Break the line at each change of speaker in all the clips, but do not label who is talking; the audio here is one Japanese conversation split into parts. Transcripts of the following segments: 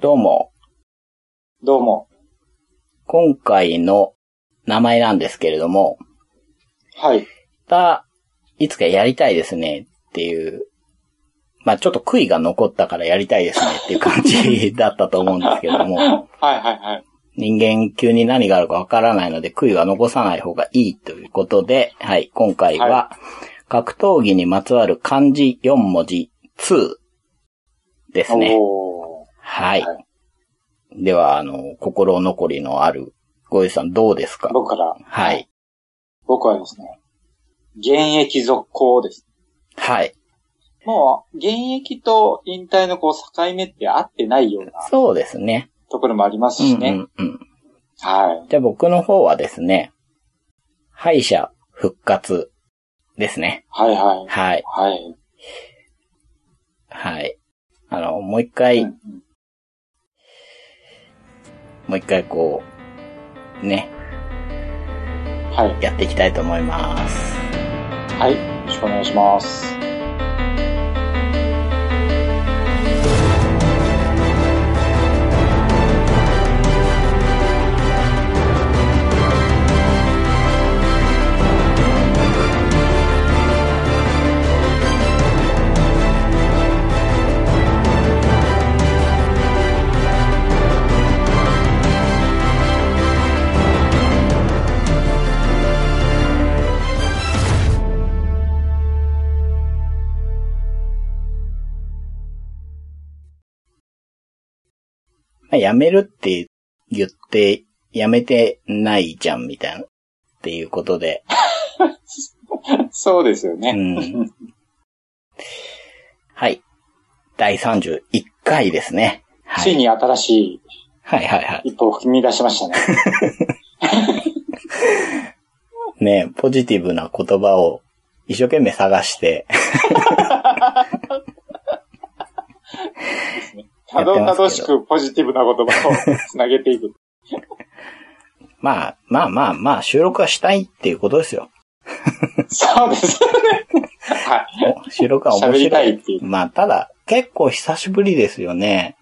どうも。
どうも。
今回の名前なんですけれども、
はい。
また、いつかやりたいですねっていう、まあちょっと悔いが残ったからやりたいですねっていう感じだったと思うんですけども、
はいはいはい。
人間急に何があるかわからないので悔いは残さない方がいいということで、はい、今回は格闘技にまつわる漢字4文字2ですね。
おー
はい
は。
では、あの、心残りのある、ごゆうさんどうですか
僕から。
はい。
僕はですね、現役続行です。
はい。
もう、現役と引退のこう境目って合ってないような
そうですね。
ところもあります
うん
し
う
ね。
んうん。
はい。
じゃあ僕の方はですね、敗者復活ですね。
はいはい。
はい。
はい。
はい。あの、もう一回、
うんうん
もう一回こう、ね、
はい。
やっていきたいと思います。
はい。よろしくお願いします。
まあ、辞めるって言って、辞めてないじゃん、みたいな。っていうことで。
そうですよね。
うん。はい。第31回ですね。は
つい
い。
に新しい
はいはいはい。
一歩を踏み出しました ね。
ね、ポジティブな言葉を一生懸命探して、
たどたどしくポジティブな言葉をつなげてい く。
まあまあまあまあ収録はしたいっていうことですよ。
そうですよ ね。はい。
お収録は面
喋りた
白
い
い。
っていう。
まあただ、結構久しぶりですよね。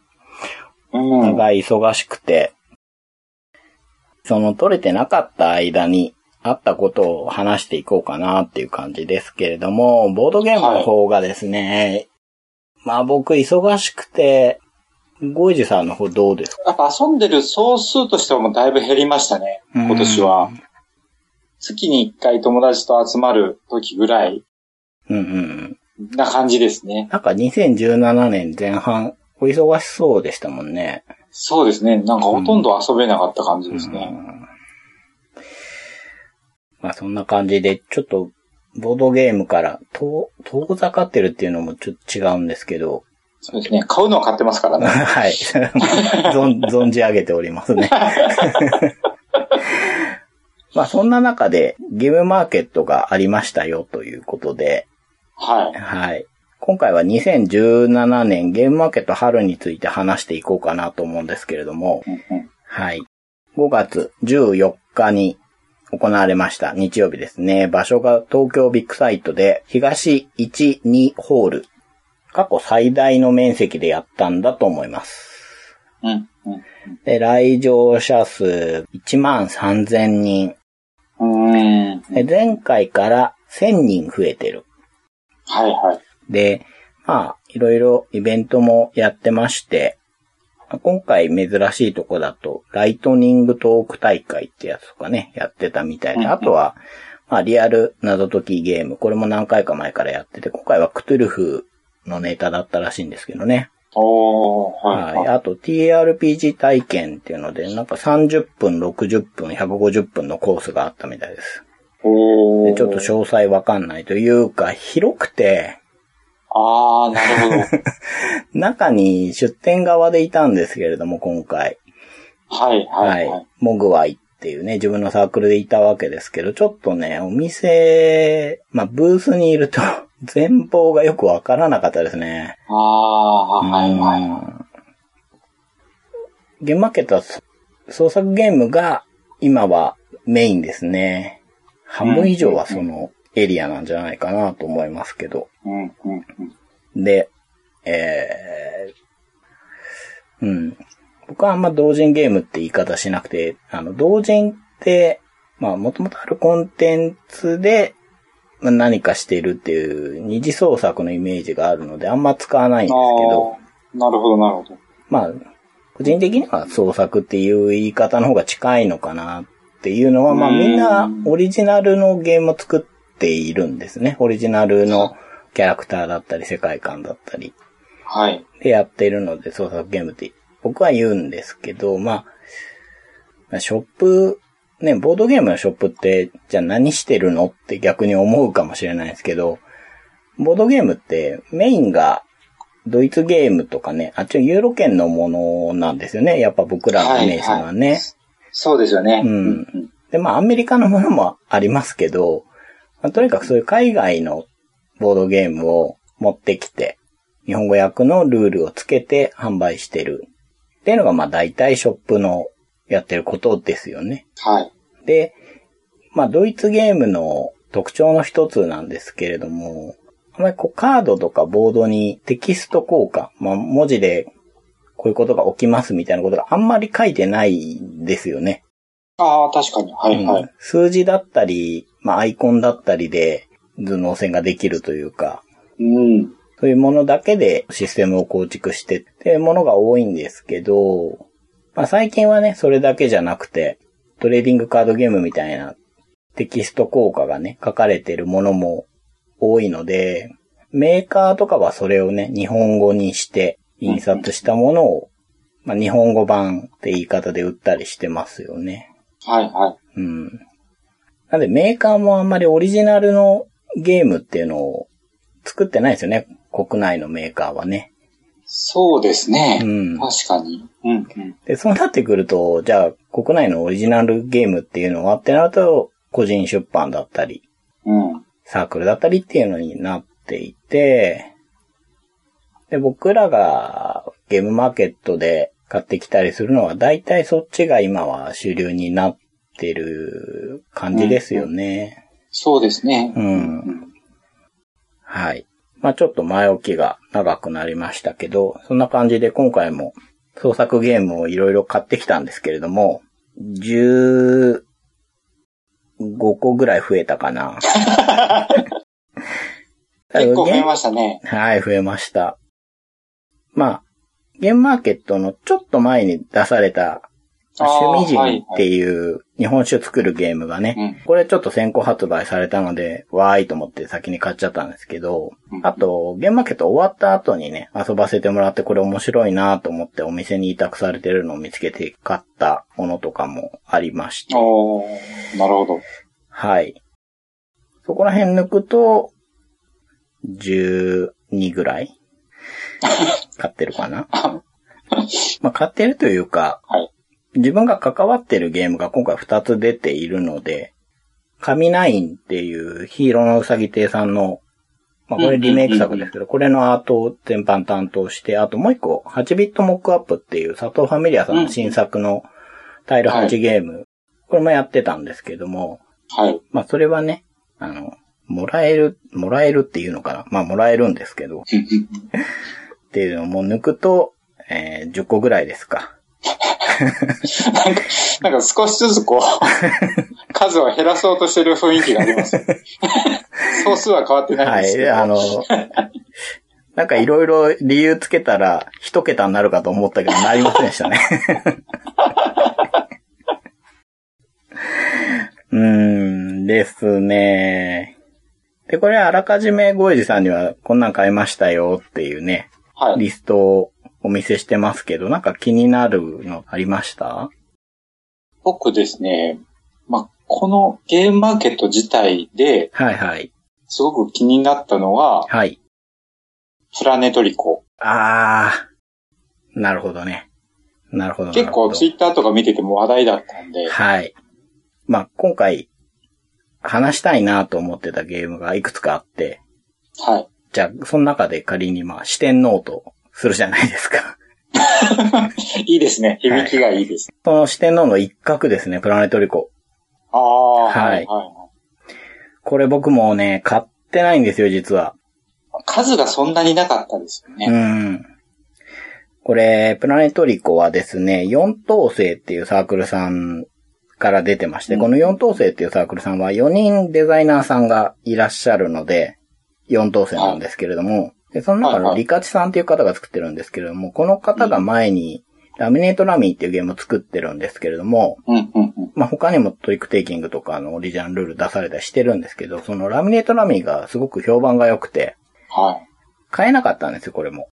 お
うん。
互い忙しくて。その撮れてなかった間にあったことを話していこうかなっていう感じですけれども、ボードゲームの方がですね、まあ僕忙しくて、ゴイジさんの方どうですか
やっぱ遊んでる総数としてはもうだいぶ減りましたね。今年は。月に一回友達と集まる時ぐらい
うんうんうん。
な感じですね。
なんか2017年前半、お忙しそうでしたもんね。
そうですね。なんかほとんど遊べなかった感じです
う
ね。
んまあそんな感じで、ちょっと、ボードゲームから遠、遠ざかってるっていうのもちょっと違うんですけど、
そうですね。買うのは買ってますからね。
はい。存、存じ上げております ね。まあそんな中で、ゲームマーケットがありましたよということで、
はい。
はい。今回は2017年ゲームマーケット春について話していこうかなと思うんですけれども、
うんうん
はい。5月14日に行われました。日曜日ですね。場所が東京ビッグサイトで東1、2ホール。過去最大の面積でやったんだと思います。
うんうん
で、来場者数1万3000人。
うん。うーん。
で前回から1000人増えてる。
はいはい。
で、まあ、いろいろイベントもやってまして、今回珍しいとこだと、ライトニングトーク大会ってやつとかね、やってたみたい
うん
で、
うん
あとは、まあ、リアル謎解きゲーム、これも何回か前からやってて、今回はクトゥルフのネタだったらしいんですけどね。
おー、はい
はい。
はい。
あと、TRPG 体験っていうので、なんか30分、60分、150分のコースがあったみたいです。
お
で
ー。
ちょっと詳細わかんないというか、広くて、
あー、なる ほど。
中に出店側でいたんですけれども、今回。
はいはいはい。
モグワイっていうね、自分のサークルでいたわけですけど、ちょっとね、お店、まあ、ブースにいると、 前方がよくわからなかったですね。
あー、はいはい。
うんゲームマーケットは、そ創作ゲームが今はメインですね。半分以上はそのエリアなんじゃないかなと思いますけど。
うんうんうん。
で、えー、うん。僕はあんま同人ゲームって言い方しなくて、あの、同人って、まあ、もともとあるコンテンツで、まあ何かしてるっていう二次創作のイメージがあるので、あんま使わないんですけど、
あーなるほど、なるほど。
まあ、個人的には創作っていう言い方の方が近いのかなっていうのは、まあ
うん
みんなオリジナルのゲームを作っているんですね。オリジナルのキャラクターだったり、世界観だったり。
はい。
でやってるので、創作ゲームって僕は言うんですけど、まあ、ショップ、ね、ボードゲームのショップって、じゃあ何してるのって逆に思うかもしれないですけど、ボードゲームってメインがドイツゲームとかね、あっちのユーロ圏のものなんですよね。やっぱ僕らのイメージはね。
そうですよね。
うん
ん
で、まあ、アメリカのものもありますけど、まあ、とにかくそういう海外のボードゲームを持ってきて、日本語訳のルールをつけて販売してる。っていうのが、まあ、大体ショップのやってることですよね。
はい。
で、まあ、ドイツゲームの特徴の一つなんですけれども、あまりこうカードとかボードにテキスト効果、まあ、文字でこういうことが起きますみたいなことがあんまり書いてないんですよね。
ああ、確かに。はい、は
うん
い。
数字だったり、まあ、アイコンだったりで頭脳戦ができるというか、
うん。
そういうものだけでシステムを構築してっていうものが多いんですけど、まあ、最近はね、それだけじゃなくて、トレーディングカードゲームみたいなテキスト効果がね、書かれてるものも多いので、メーカーとかはそれをね、日本語にして印刷したものを、まあ、日本語版って言い方で売ったりしてますよね。
はい、はい。
うん。なんでメーカーもあんまりオリジナルのゲームっていうのを作ってないですよね。国内のメーカーはね。
そうですね。
うん
確かに。うん、うん。
で、そうなってくると、じゃあ国内のオリジナルゲームっていうのはってなると、個人出版だったり、
うん。
サークルだったりっていうのになっていて、で、僕らがゲームマーケットで買ってきたりするのは、大体そっちが今は主流になってる感じですよね。
そうですね。
うんはい。まあちょっと前置きが長くなりましたけど、そんな感じで今回も創作ゲームをいろいろ買ってきたんですけれども、15個ぐらい増えたか な。
結構増えましたね。
はい、増えました。まあ、ゲームマーケットのちょっと前に出された、
あー
趣味人っていう日本酒作るゲームがね、
うん
これちょっと先行発売されたので、わーいと思って先に買っちゃったんですけど、
うん
あと、ゲームマーケット終わった後にね、遊ばせてもらってこれ面白いなと思ってお店に委託されてるのを見つけて買ったものとかもありまして、
おーなるほど。
はい。そこら辺抜くと、12ぐらい買ってるかなまあ、買ってるというか、
はい
自分が関わってるゲームが今回2つ出ているので、神ナインっていうヒーローのうさぎ亭さんの、まあ、これリメイク作ですけど、これのアートを全般担当して、あともう一個、8ビットモックアップっていう佐藤ファミリアさんの新作のタイル8ゲーム、これもやってたんですけども、
はい。
まあ、それはね、あの、もらえる、もらえるっていうのかな。まあ、もらえるんですけど、っていうのも抜くと、えー10個ぐらいですか。
なんか、なんか少しずつこう、 数を減らそうとしてる雰囲気があります。 総数は変わってな
はい
んですけ
い、
ど。
あの、なんかいろいろ理由つけたら、一桁になるかと思ったけど、なりませんでした ね。うーん、ですね。で、これあらかじめゴイジさんにはこんなん買いましたよっていうね、
はい。
リストをお見せしてますけど、なんか気になるのありました
僕ですね、まあ、このゲームマーケット自体で
はいはい。
すごく気になったのは、
はい。
プラネトリコ。
あー。なるほどね。なるほど。
結構ツイッターとか見てても話題だったんで、
はい。まあ、今回、話したいなと思ってたゲームがいくつかあって、
はい。
じゃあ、その中で仮にまあ、四天王とするじゃないですか。
いいですね。響きがいいです。
その四天王の一角ですね、プラネトリコ。
ああ、
は
はいい、は
これ僕もね、買ってないんですよ、実は。
い。数がそんなになかったですよ
う
ね。
ん。これ、プラネトリコはですね、4等星っていうサークルさんから出てまして、
うん
この4等星っていうサークルさんは4人デザイナーさんがいらっしゃるので、4等星なんですけれども、でその中
はい
の
はい
リカチさんっていう方が作ってるんですけれども、この方が前に、ラミネートラミーっていうゲームを作ってるんですけれども、
うん、うん、うん。
まあ、他にもトリックテイキングとかのオリジナルルール出されたりしてるんですけど、そのラミネートラミーがすごく評判が良くて、
は
買えなかったんですよ、これも。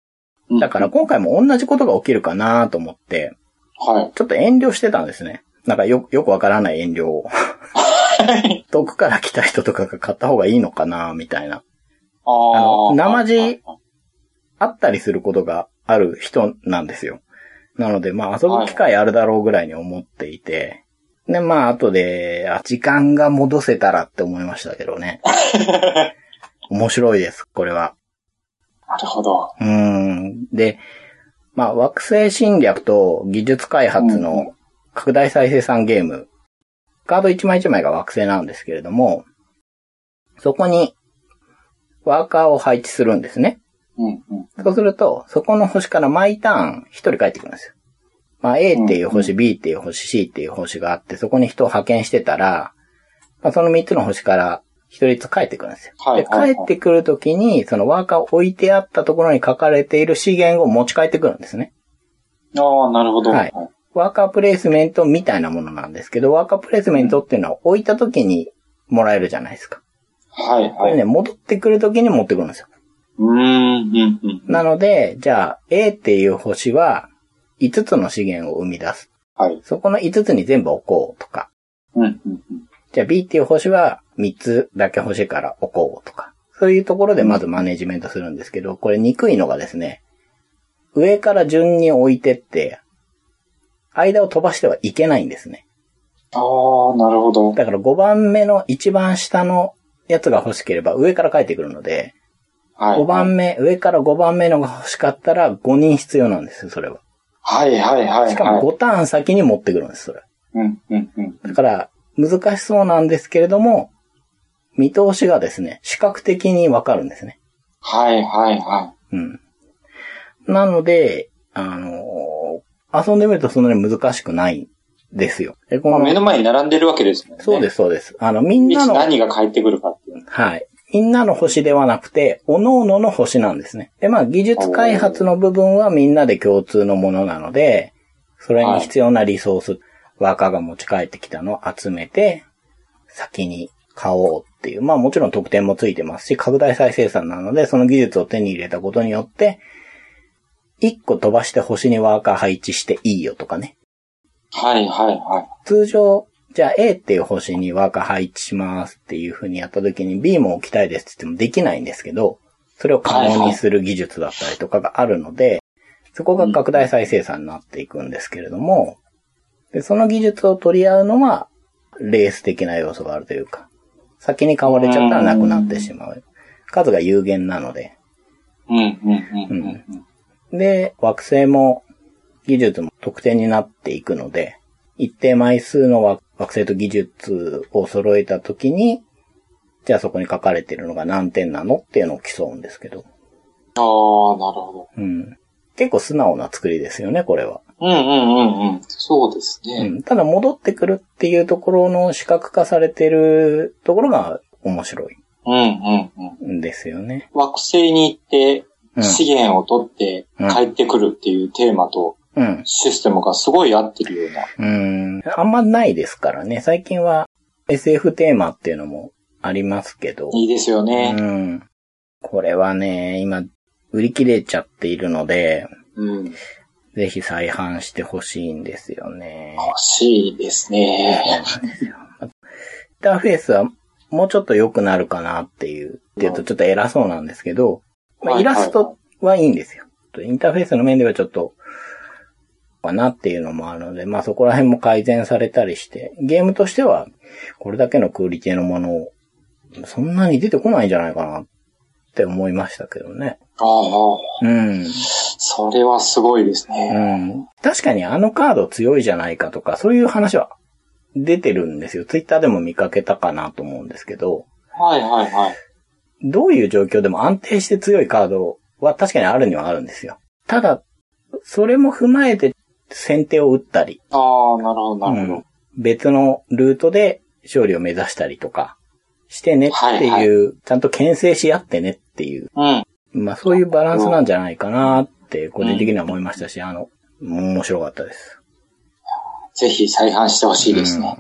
い。
だから
うん
今回も同じことが起きるかなと思って、
はい。
ちょっと遠慮してたんですね。なんかよ、よくわからない遠慮を。遠くから来た人とかが買った方がいいのかなみたいな。あ
あ
の
あ。
生地
はいはい
あったりすることがある人なんですよ。なので、まあ遊ぶ機会あるだろうぐらいに思っていて。で、まあ後で、あ、時間が戻せたらって思いましたけどね。面白いです、これは。
なるほど。
うーん。で、まあ、惑星侵略と技術開発の拡大再生産ゲーム。カード1枚1枚が惑星なんですけれども、そこにワーカーを配置するんですね。
うん、うん。
そうすると、そこの星から毎ターン1人帰ってくるんですよ。まあ A っていう星、B っていう星、C っていう星があって、そこに人を派遣してたら、まあその3つの星から1人ずつ帰ってくるんですよ。
はい
で、
はいはい
帰ってくるときに、そのワーカーを置いてあったところに書かれている資源を持ち帰ってくるんですね。
ああ、なるほど。
はいワーカープレイスメントみたいなものなんですけど、ワーカープレイスメントっていうのは置いたときにもらえるじゃないですか。
はい、
こ
は
れ
い。
ね、戻ってくるときに持ってくるんですよ。
うーん、うん、うん。
なので、じゃあ、A っていう星は、5つの資源を生み出す。
はい。
そこの5つに全部置こうとか。
うん、うん、うん。
じゃあ B っていう星は、3つだけ星から置こうとか。そういうところでまずマネジメントするんですけど、これ憎いのがですね、上から順に置いてって、間を飛ばしてはいけないんですね。
ああ、なるほど。
だから5番目の一番下のやつが欲しければ上から帰ってくるので、
はい。
5番目、上から5番目のが欲しかったら5人必要なんですよ、それは。
はい、はい、はい。
しか
はい
も5ターン先に持ってくるんです、それ。
うん、うん、うん。
だから、難しそうなんですけれども、見通しがですね、視覚的にわかるんですね。
はい、はい、は
うん。なので、あのー遊んでみるとそんなに難しくないですよ。で、
い。
こ
まあ、目
の、
の前に並んでるわけですもんね。。
そうですす、そうです。あの、みん
い
な
つ
の、
何が返ってくるかっていう。
はい。みんなの星ではなくて、各々の星なんですね。で、まあ、技術開発の部分はみんなで共通のものなので、それに必要なリソース、ワーカーが持ち帰ってきたのを集めて、先に買おうっていう。まあ、もちろん得点もついてますし、拡大再生産なので、その技術を手に入れたことによって、1個飛ばして星にワーカー配置していいよとかね。
はい、はい、はい。
通常、じゃあ A っていう星にワーカー配置しますっていう風にやった時に B も置きたいですって言ってもできないんですけど、それを可能にする技術だったりとかがあるので、そこが拡大再生産になっていくんですけれども、でその技術を取り合うのは、レース的な要素があるというか、先に買われちゃったらなくなってしまう。数が有限なので、
うん、うん、うん、うん。
で、惑星も技術も特典になっていくので、一定枚数の惑惑星と技術を揃えたときに、じゃあそこに書かれてるのが何点なのっていうのを競うんですけど。
ああ、なるほど。
うん。結構素直な作りですよね、これは。
うんうんうんうん。そうです
う
ね。
ん。ただ戻ってくるっていうところの視覚化されてるところが面白い
うんうんうん。
んですよね。
惑星に行って、
うん。
資源を取って
うん
帰ってくるっていうテーマと
うん。
システムがすごい合ってるような。
うん。あんまないですからね。最近は SF テーマっていうのもありますけど。
いいですよね。
うん。これはね、今、売り切れちゃっているので、
うん。欲
ぜひ再販してほしいんですよね。
しいです
そう
ね。
なんですよ。インターフェースはもうちょっと良くなるかなっていう、っていうとちょっと偉そうなんですけど、まあ、
はい
イラストはいいんですよ。インターフェースの面ではちょっと、かなっていうのもあるので、まあそこら辺も改善されたりして、ゲームとしては、これだけのクオリティのものを、そんなに出てこないんじゃないかなって思いましたけどね。
ああ、
うん。
それはすごいですね。
うん。確かにあのカード強いじゃないかとか、そういう話は出てるんですよ。ツイッターでも見かけたかなと思うんですけど、
はいはいはい。
どういう状況でも安定して強いカードは確かにあるにはあるんですよ。ただ、それも踏まえて先手を打ったり、
ああ、なるほど、なるほ
う
ど
ん。別のルートで勝利を目指したりとかしてねっていう、
はい
ちゃんと牽制し合ってねっていう、
うん。
まあそういうバランスなんじゃないかなって個人的には思いましたし、あの、面白かったです。
ぜひ再販してほしいですね。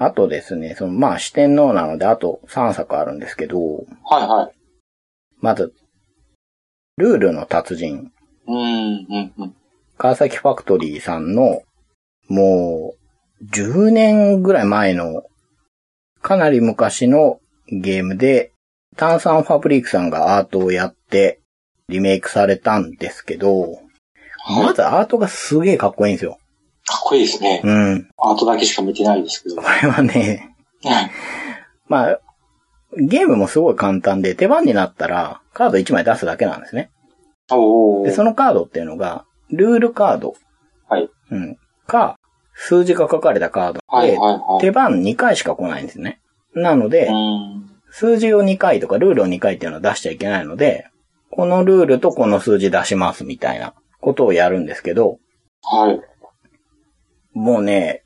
うんあとですね、その、まあ四天王なのであと3作あるんですけど、
はいはい。
まず、ルールの達人。
うん、うん、うん。
川崎ファクトリーさんの、もう、10年ぐらい前の、かなり昔のゲームで、炭酸ファブリックさんがアートをやって、リメイクされたんですけど、
はい
まずアートがすげえかっこいいんですよ。
かっこいいですね。
うん。
アートだけしか見てないですけど
こ。れはね、
はい
まあ、ゲームもすごい簡単で、手番になったら、カード1枚出すだけなんですね。
お
で、
ー。
そのカードっていうのが、ルールカード、
はい。
うん、か、数字が書かれたカード
は
で
い、、はい、はい。
手番2回しか来ないんですね。なので
う、ん。
数字を2回とかルールを2回っていうのは出しちゃいけないので、このルールとこの数字出しますみたいなことをやるんですけど、
はい。
もうね、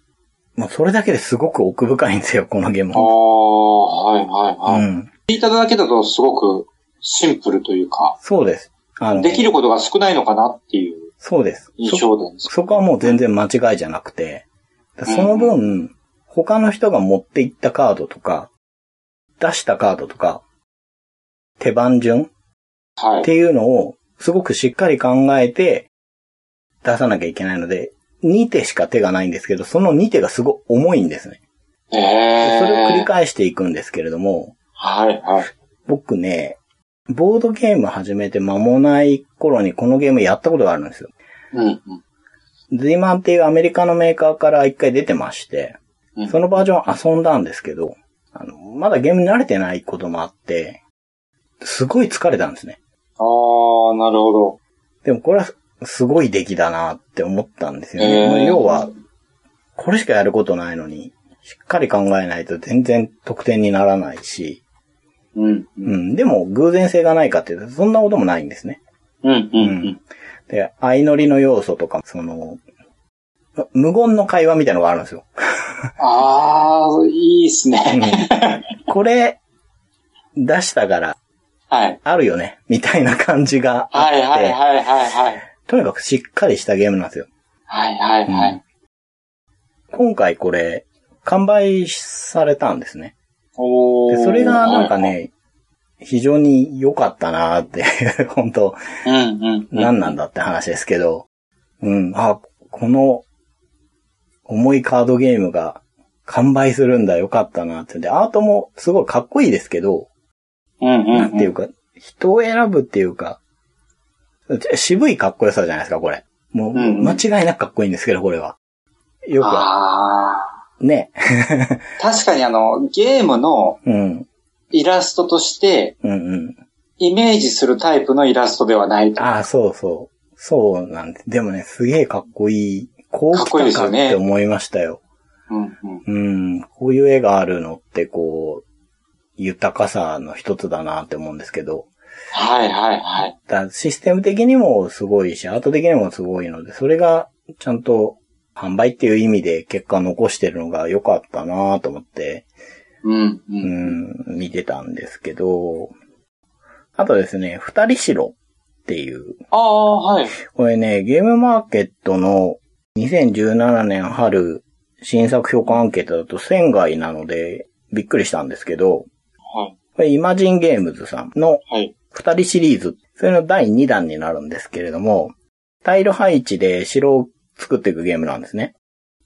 もうそれだけですごく奥深いんですよ、このゲーム
あ。あ、はい、はい、
う
はい。
ん。
聞いただけだとすごくシンプルというか、
そうです。あの、
できることが少ないのかなっていう
そうです。
印
そ、
象なんですけ
そこはもう全然間違いじゃなくて、その分、他の人が持っていったカードとか、出したカードとか、手番順
ど。は
っ
い。
ていうのを、すごくしっかり考えて、出さなきゃいけないので、2手しか手がないんですけど、その2手がすごい重いんですね。
え
そ
え。
れを繰り返していくんですけれども、
はい、はい。
僕ね、ボードゲーム始めて間もない頃にこのゲームやったことがあるんですよ。
うん、うん。
ズイマンっていうアメリカのメーカーから一回出てまして
う、ん
そのバージョン遊んだんですけど、あの、まだゲームに慣れてないこともあって、すごい疲れたんですね。
ああ、なるほど。
でもこれはすごい出来だなって思ったんですよ
え
ね。
ー
まあ要は、これしかやることないのに、しっかり考えないと全然得点にならないし、
うん、うん、
うん、でも偶然性がないかっていうと、そんなこともないんですね。
うん、うんうん。
で、相乗りの要素とか、その、無言の会話みたいなのがあるんですよ。
ああ、いいですね。
これ、出したから、
はい。
あるよね、みたいな感じがあっ
はい、
て、
はい、はい、はい、はい。
とにかくしっかりしたゲームなんですよ。
はい、はい、は
うん
い。
今回これ、完売されたんですね。
お
で
ー
それがなんか、ね、非常に良かったなーって いう、本当
はいうん、うん。
何なんだって話ですけど、うん、あ、この、重いカードゲームが完売するんだ、良かったなって。で、アートもすごいかっこいいですけど、
うん、うん。
なんていうか、人を選ぶっていうか、渋いかっこよさじゃないですか、これ。もう、
うんうん
間違いなくかっこいいんですけど、これは。よ
あ
く、ね。
ー確かにあの、ゲームの
うん、
イラストとして、
うん、うん。
イメージするタイプのイラストではないと。
ああ、そうそう。そうなんです。でもね、すげえかっこいい。こう
かっこい
来
いで
た
す
か
よ
っ
ね
て思いましたよ。
うんうん
うん。こういう絵があるのって、こう、豊かさの一つだなって思うんですけど。
はいはいはい。
だシステム的にもすごいし、アート的にもすごいので、それがちゃんと販売っていう意味で結果残してるのが良かったなと思って、
うんう。
うんん、見てたんですけど。あとですね、二人しろっていう
ああ、はい。
これね、ゲームマーケットの2017年春新作評価アンケートだと1000外なのでびっくりしたんですけど、
はい。
これイマジンゲームズさんの
はい。
2人シリーズ、それの第2弾になるんですけれども、タイル配置で城を作っていくゲームなんですね。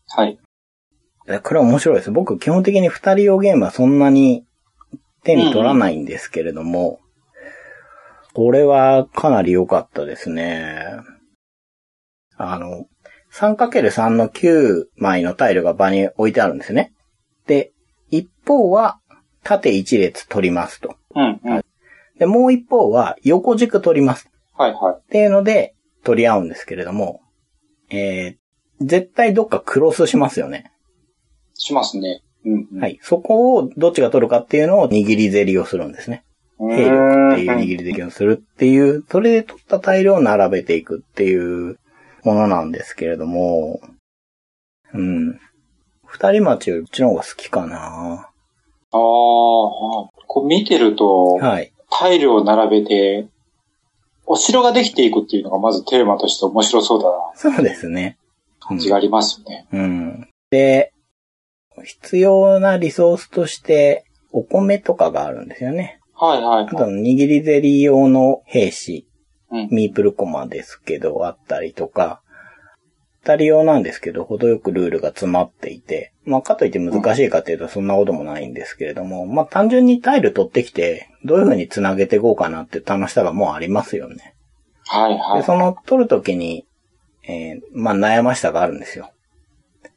はい。
でこれは面白いです。僕基本的に2人用ゲームはそんなに手に取らないんですけれども、これはかなり良かったですね。あの、3×3 の9枚のタイルが場に置いてあるんですね。で、一方は縦1列取りますと。
うんうん。はい
で、もう一方は横軸取ります。
は
っていうので取り合うんですけれども、えー、絶対どっかクロスしますよね。
い。しますね。うんうん。
はい。そこをどっちが取るかっていうのを握り競りをするんですね。兵力っていう握り敵をするっていう、それで取った大量を並べていくっていうものなんですけれども、うん。二人町よりこっちの方が好きかな
ああ、こう見てると、
はい。
タイルを並べて、お城ができていくっていうのがまずテーマとして面白そうだな
そうですね。
感じがありますよね。
うん。で、必要なリソースとして、お米とかがあるんですよね。
はいはい
あと、握りゼリー用の兵士、
うん
ミープルコマですけど、あったりとか、二人用なんですけど、程よくルールが詰まっていて、まあ、かといって難しいかというとそんなこともないんですけれども、まあ、単純にタイル取ってきて、どういう風に繋げていこうかなって楽しさがもうありますよね。
はいは
で、
い。
その取るときに、えーまあ、悩ましさがあるんですよ。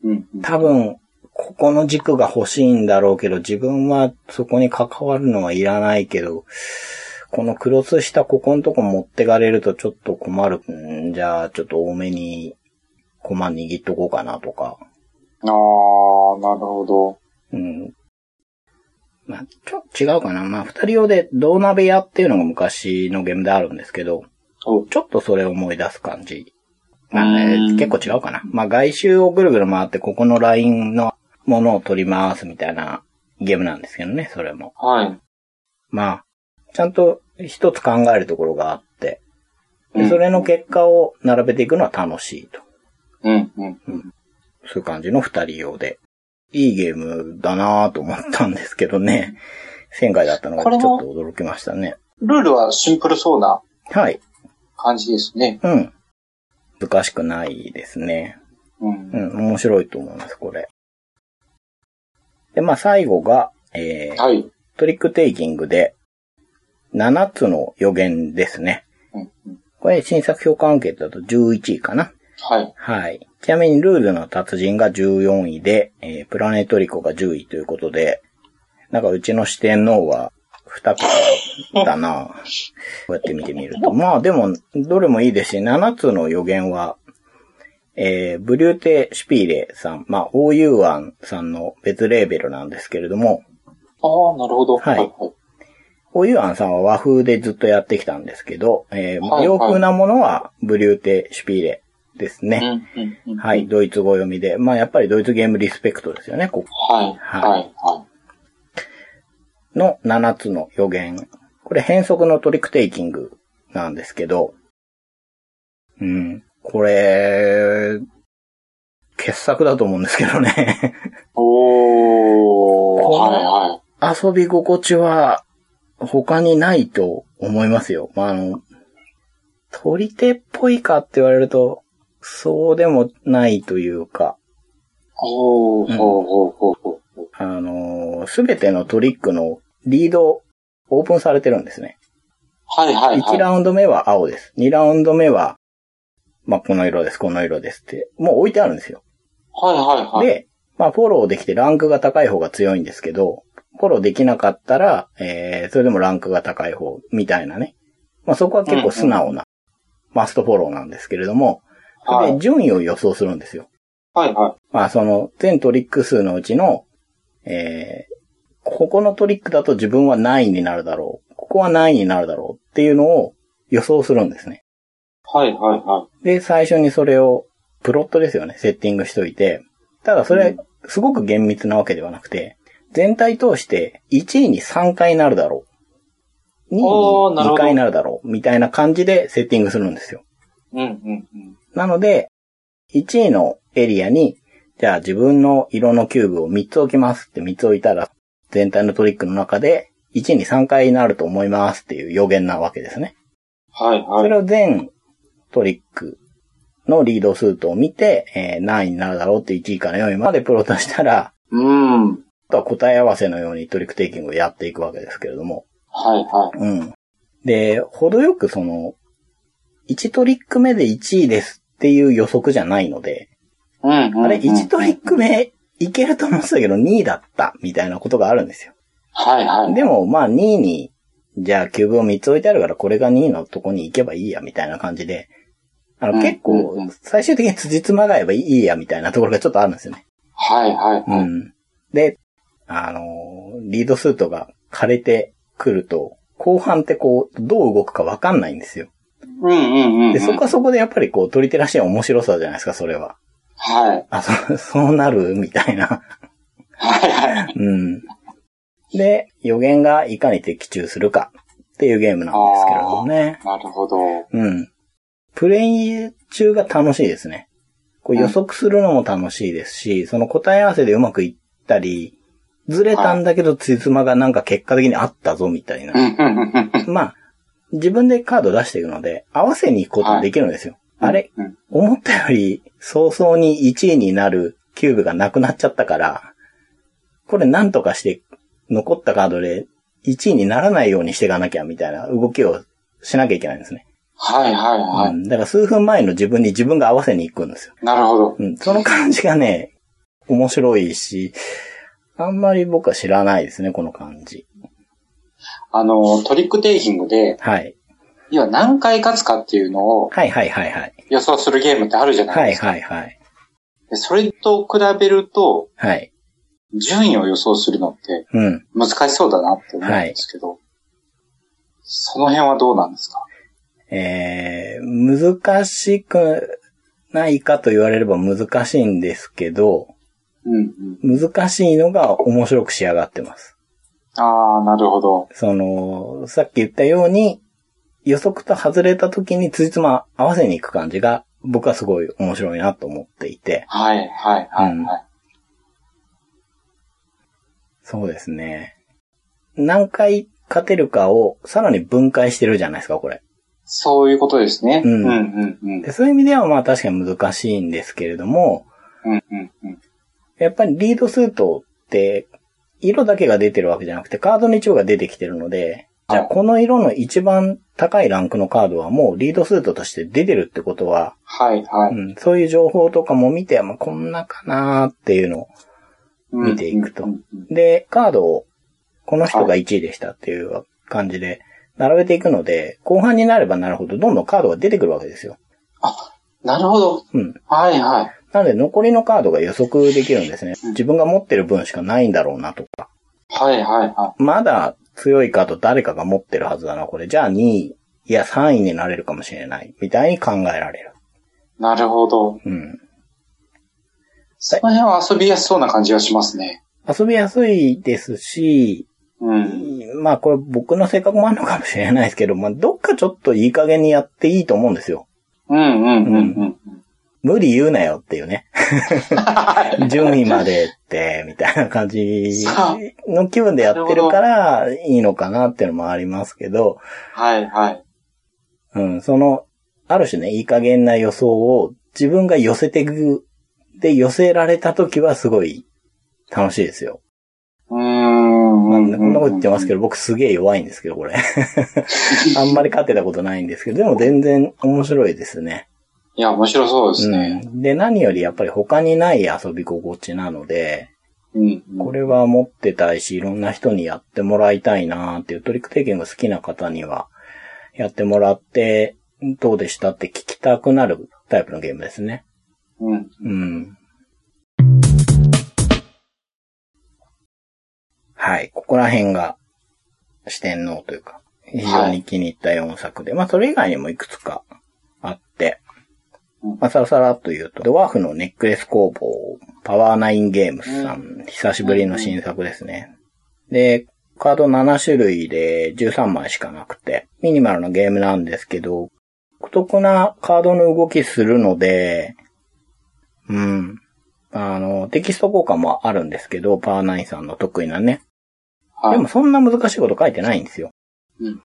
うんうん
多分、ここの軸が欲しいんだろうけど、自分はそこに関わるのはいらないけど、このクロスしたここのとこ持ってかれるとちょっと困る。んじゃあ、ちょっと多めに、コマ握っとこうかなとか。
ああ、なるほど。
うん。まあ、ちょっと違うかな。まあ、二人用で銅鍋屋っていうのが昔のゲームであるんですけど、
お
ちょっとそれを思い出す感じ。まあね
うん
結構違うかな。まあ外周をぐるぐる回ってここのラインのものを取り回すみたいなゲームなんですけどね、それも。
はい。
まあ、ちゃんと一つ考えるところがあって、
う
で
ん
それの結果を並べていくのは楽しいと。
うんうん。
そういう感じの二人用で。いいゲームだなぁと思ったんですけどね。1000回だったのがちょっと驚きましたね。
ルールはシンプルそうな
はい。
感じですね。
うん。難しくないですね。
うん。
うん、面白いと思います、これ。で、まあ最後が、えー、
はい。
トリックテイキングで、7つの予言ですね。
うんうん
これ、新作評価アンケートだと11位かな。
はい。
はい。ちなみに、ルールの達人が14位で、えー、プラネトリコが10位ということで、なんかうちの四天王は2桁だなこうやって見てみる と。まあでも、どれもいいですし、7つの予言は、えー、ブリューテ・シュピーレさん、まあ、オーユーアンさんの別レーベルなんですけれども、
ああ、なるほど。
はいオーユーアンさんは和風でずっとやってきたんですけど、えー
はいはい
洋風なものはブリューテ・シュピーレですね。
うんうんうん。
は。い、ドイツ語読みで。まあ、やっぱりドイツゲームリスペクトですよね、ここ
はい。
は
はいい。は
の7つの予言。これ変則のトリックテイキングなんですけど、うん、これ、傑作だと思うんですけどね。
い。おー。
この
はいはい。
遊び心地は他にないと思いますよ。まあ、あの、取り手っぽいかって言われると、そうでもないというか、
お
うん
ー、ほうほうほうほう。
あのすべてのトリックのリード、オープンされてるんですね。
はいはいは
1
い。
ラウンド目は青です。2ラウンド目は、まあ、この色です、この色ですって、もう置いてあるんですよ。
はいはいはい。
で、まあ、フォローできてランクが高い方が強いんですけど、フォローできなかったら、えー、それでもランクが高い方、みたいなね。まあ、そこは結構素直な、マストフォローなんですけれども、そ
は
れで
い
順位を予想するんですよ。
はいは
まあ、その、全トリック数のうちの、えー、ここのトリックだと自分は何位になるだろう。ここは何位になるだろうっていうのを予想するんですね。
い。はいはいは
で、最初にそれを、プロットですよね、セッティングしといて。ただそれ、すごく厳密なわけではなくて、全体通して1位に3回なるだろう。2位に
おーなるほ
2
ど
回なるだろう。みたいな感じでセッティングするんですよ。
い。うんうんうん。
なので、1位のエリアに、じゃあ自分の色のキューブを3つ置きますって3つ置いたら、全体のトリックの中で、1位に3回なると思いますっていう予言なわけですね。
はい
そ
はい。
れを全トリックのリード数とを見て、えー何位になるだろうって1位から4位までプロとしたら、
うん。はい
あとは答え合わせのようにトリックテイキングをやっていくわけですけれども。
はい。
うん。で、程よくその、1トリック目で1位ですっていう予測じゃないので、
うんうん。
あれ、1トリック目、いけると思ってたけど、2位だった、みたいなことがあるんですよ。
はいはい。
でも、まあ、2位に、じゃあ、キューブを3つ置いてあるから、これが2位のとこに行けばいいや、みたいな感じで、あ
う
の、
ん
結構
うんうん、
最終的に辻褄が合えばいいや、みたいなところがちょっとあるんですよね。
はいはい。
う
はい
ん。で、あのー、リード数とか枯れてくると、後半ってこう、どう動くかわかんないんですよ。
うんうんうんうん。
で、そこはそこでやっぱりこう、取り手らしい面白さじゃないですか、それは。
はい。
あ、そ、そうなるみたいな。
はいはい。
うん。で、予言がいかに的中するかっていうゲームなんですけれどもね。
なるほど。
うん。プレイ中が楽しいですね。こう予測するのも楽しいですし、その答え合わせでうまくいったり、ずれたんだけど、ついつまがなんか結果的にあったぞみたいな
う。んうんうんうんうん。
まあ、自分でカード出していくので、合わせに行くことできるんですよ。あれ
うん
思ったより早々に1位になるキューブがなくなっちゃったから、これなんとかして残ったカードで1位にならないようにしていかなきゃみたいな動きをしなきゃいけないんですね。
はいはいは
うん。だから数分前の自分に自分が合わせに行くんですよ。
い。なるほど。
うん。その感じがね、面白いし、あんまり僕は知らないですね、この感じ。
あの、トリックテイキングで、
はい。
要は何回勝つかっていうのを
はいはいはいはい。
予想するゲームってあるじゃない
は
で
い
すか。
はいはい。
でそれと比べると、
はい。
順位を予想するのって
うん。
難しそうだなって思うんですけど、その辺はどうなんですか
えー、難しくないかと言われれば難しいんですけど、
うんうん。
難しいのが面白く仕上がってます。
ああ、なるほど。
その、さっき言ったように、予測と外れた時についつま合わせに行く感じが、僕はすごい面白いなと思っていて、
はいはいはいはい。
そうですね。何回勝てるかをさらに分解してるじゃないですか、これ。
そういうことですね。
う
うんんうんうん。
でそういう意味ではまあ確かに難しいんですけれども、
うんうんうん。
やっぱりリードスートって、色だけが出てるわけじゃなくて、カードの一部が出てきてるので、じゃあ
はい
この色の一番高いランクのカードはもうリードスートとして出てるってことは、
はいは
う
い。
ん、そういう情報とかも見て、まあ、こんなかなーっていうのを。見ていくと
うんうんうん
で、カードを、この人が1位でしたっていう感じで、並べていくので、後半になればなるほど、どんどんカードが出てくるわけですよ。
なるほど。
うん。
はいはい。
なので、残りのカードが予測できるんですね。自分が持ってる分しかないんだろうなとか。
はいはいは
まだ強いカード誰かが持ってるはずだな、これ。じゃあ2位、いや3位になれるかもしれない。みたいに考えられる。
い。なるほど。
うん。
その辺は遊びやすそうな感じがしますね。
遊びやすいですし、
うん。
まあこれ僕の性格もあるのかもしれないですけど、まあどっかちょっといい加減にやっていいと思うんですよ。
うんうんうんうん。
無理言うなよっていうね。順位までって、みたいな感じの気分でやってるから、いいのかなっていうのもありますけど、
はいはい。
うん、その、ある種ね、いい加減な予想を自分が寄せていく、で、寄せられた時はすごい楽しいですよ。
うーん。
まあ
う
こ
ん
んなこと言ってますけ
ど。
ど、僕すげえ弱いんですけど、こ れ。あんまり勝てたことないんですけど、でも全然面白いですね。
いや、面白そうですね。
うん。で、何よりやっぱり他にない遊び心地なので、
うん。うん
これは持ってたいし、いろんな人にやってもらいたいなーっていう、トリック提言が好きな方には、やってもらって、どうでしたって聞きたくなるタイプのゲームですね。
うん。
うん。はい。ここら辺が、四天王というか、非常に気に入った4作で、まあそれ以外にもいくつかあって、
うん
まあ、さらさらっと言うと、ドワーフのネックレス工房、パワーナインゲームスさん、久しぶりの新作ですね。で、カード7種類で13枚しかなくて、ミニマルなゲームなんですけど、独特なカードの動きするので、うん。あの、テキスト効果もあるんですけど、パワーナインさんの得意なね。
は
で
い。
もそんな難しいこと書いてないんですよ。
うんうん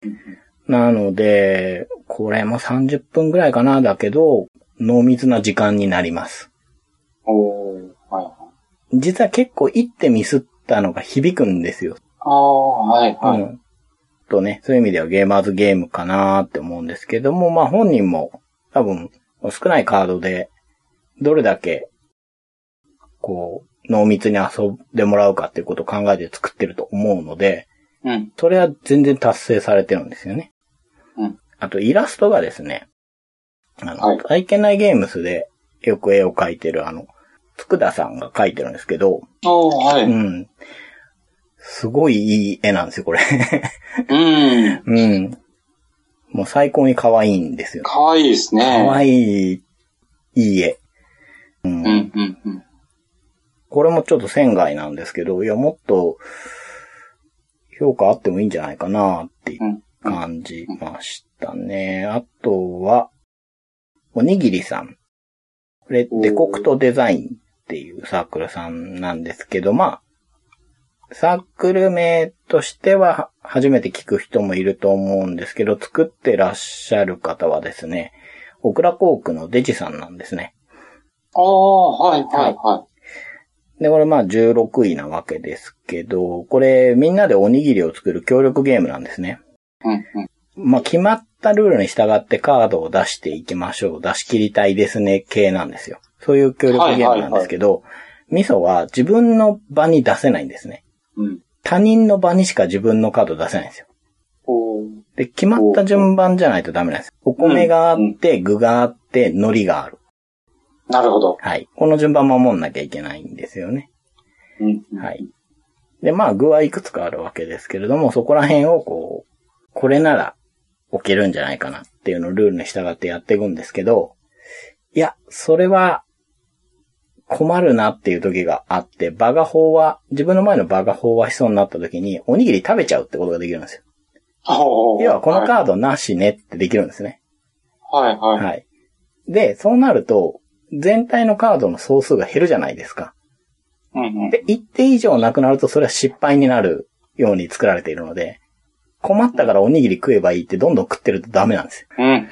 なので、これも30分ぐらいかな、だけど、濃密な時間になります。
おー。はいはい。
実は結構一手ミスったのが響くんですよ。
ああ、はいは
う
い。
ん。とね、そういう意味ではゲーマーズゲームかなーって思うんですけども、まあ本人も多分少ないカードでどれだけこう濃密に遊んでもらうかっていうことを考えて作ってると思うので、
うん。
それは全然達成されてるんですよね。
うん
あとイラストがですね、あの、
はい
体験内ゲームスでよく絵を描いてるあの、つくださんが描いてるんですけど、
おー、は
う
い。
ん。すごいいい絵なんですよ、これ。
うん。
うん。もう最高に可愛いんですよ。
かわいいですね。
可
い。
愛い、いい絵。
うん、うん、うん。
これもちょっと仙外なんですけど、いや、もっと、評価あってもいいんじゃないかなって
うん
感じましたね。あとは、おにぎりさん。これ、デコクトデザインっていうサークルさんなんですけど、まあ、サークル名としては初めて聞く人もいると思うんですけど、作ってらっしゃる方はですね、オクラコークのデジさんなんですね。
ああ、はい、はい、は
で、これまあ16位なわけですけど、これみんなでおにぎりを作る協力ゲームなんですね。
い。うん、うん。
まあ決まったルールに従ってカードを出していきましょう。出し切りたいですね系なんですよ。そういう協力ゲームなんですけど、ミソは自分の場に出せないんですね。
うん。
他人の場にしか自分のカード出せないんですよ。
おー
で、決まった順番じゃないとダメなんですよ。お米があって、具があって、海苔がある。
なるほど。
はい。この順番守んなきゃいけないんですよね。
うん。
はい。で、まあ、具はいくつかあるわけですけれども、そこら辺をこう、これなら置けるんじゃないかなっていうのをルールに従ってやっていくんですけど、いや、それは困るなっていう時があって、場が飽和、自分の前の場が飽和しそうになった時に、おにぎり食べちゃうってことができるんですよ。
おー
要は、このカードなしねってできるんですね。
はい、はい、はい。
はい。で、そうなると、全体のカードの総数が減るじゃないですか。
うん、うん。
で、一定以上なくなるとそれは失敗になるように作られているので、困ったからおにぎり食えばいいってどんどん食ってるとダメなんですよ。
うん。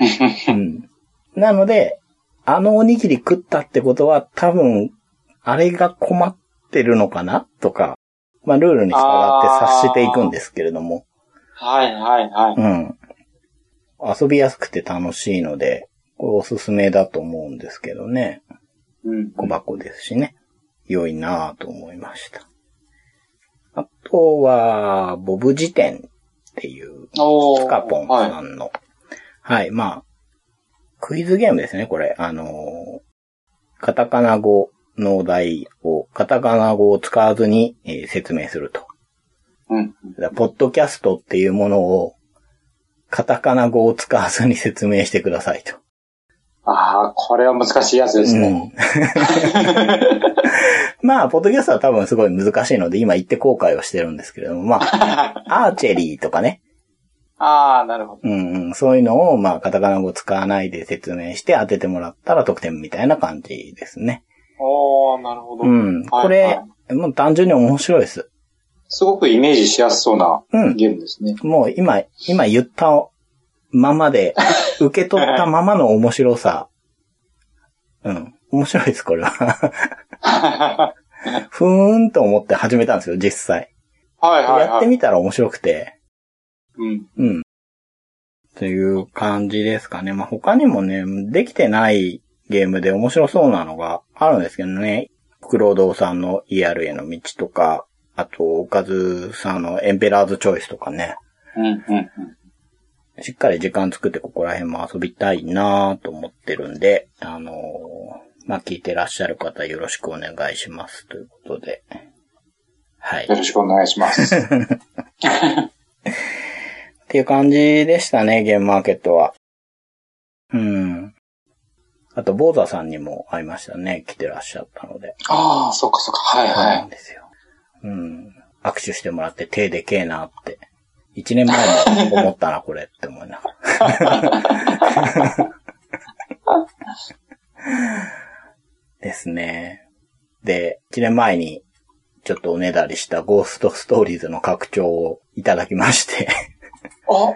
うん。なので、あのおにぎり食ったってことは多分、あれが困ってるのかなとか、まあルールに従って察していくんですけれども、
はい、はい、はい。
うん。遊びやすくて楽しいので、これおすすめだと思うんですけどね。
うん。
小箱ですしね。良いなぁと思いました。あとは、ボブ辞典っていう、
お
スカポン
はい
さ。んの、はい、まあ、クイズゲームですね、これ。あのーカタカナ語のお題を、カタカナ語を使わずに、えー説明すると。
うん。
だからポッドキャストっていうものを、カタカナ語を使わずに説明してくださいと。
ああ、これは難しいやつです ね。
うん、 まあ、ポッドキャストは多分すごい難しいので、今言って後悔をしてるんですけれども、ま あ、アーチェリーとかね、
ああ、なるほど。
うんうん、そういうのを、まあ、カタカナ語使わないで説明して当ててもらったら得点みたいな感じですね。
おー、なるほど。
うん。
はい
これ、
はい
もう単純に面白いです。
すごくイメージしやすそうな
うん。
ゲームですね。
もう今、今言ったまま で、受け取ったままの面白さ。うん。面白いです、これは。
はい
ふーんと思って始めたんですよ、実際。
はいはい。
やってみたら面白くて。
うん。
うん。という感じですかね。まあ、他にもね、できてないゲームで面白そうなのがあるんですけどね。黒堂さんの ER への道とか、あと、おかずさんのエンペラーズチョイスとかね。
うん、うん、うん。
しっかり時間作ってここら辺も遊びたいなぁと思ってるんで、あのーまあ、聞いてらっしゃる方よろしくお願いしますということで。はい。
よろしくお願いしま す。
っていう感じでしたね、ゲームマーケットは。うん。あと、坊座さんにも会いましたね。来てらっしゃったので。
ああ、そっかそっか。はい
そうな
は
んですよ。うん。握手してもらって手でけえなって。一年前も思ったな、これって思いながら。 ですね。で、一年前にちょっとおねだりしたゴーストストーリーズの拡張をいただきまして。
い。あ、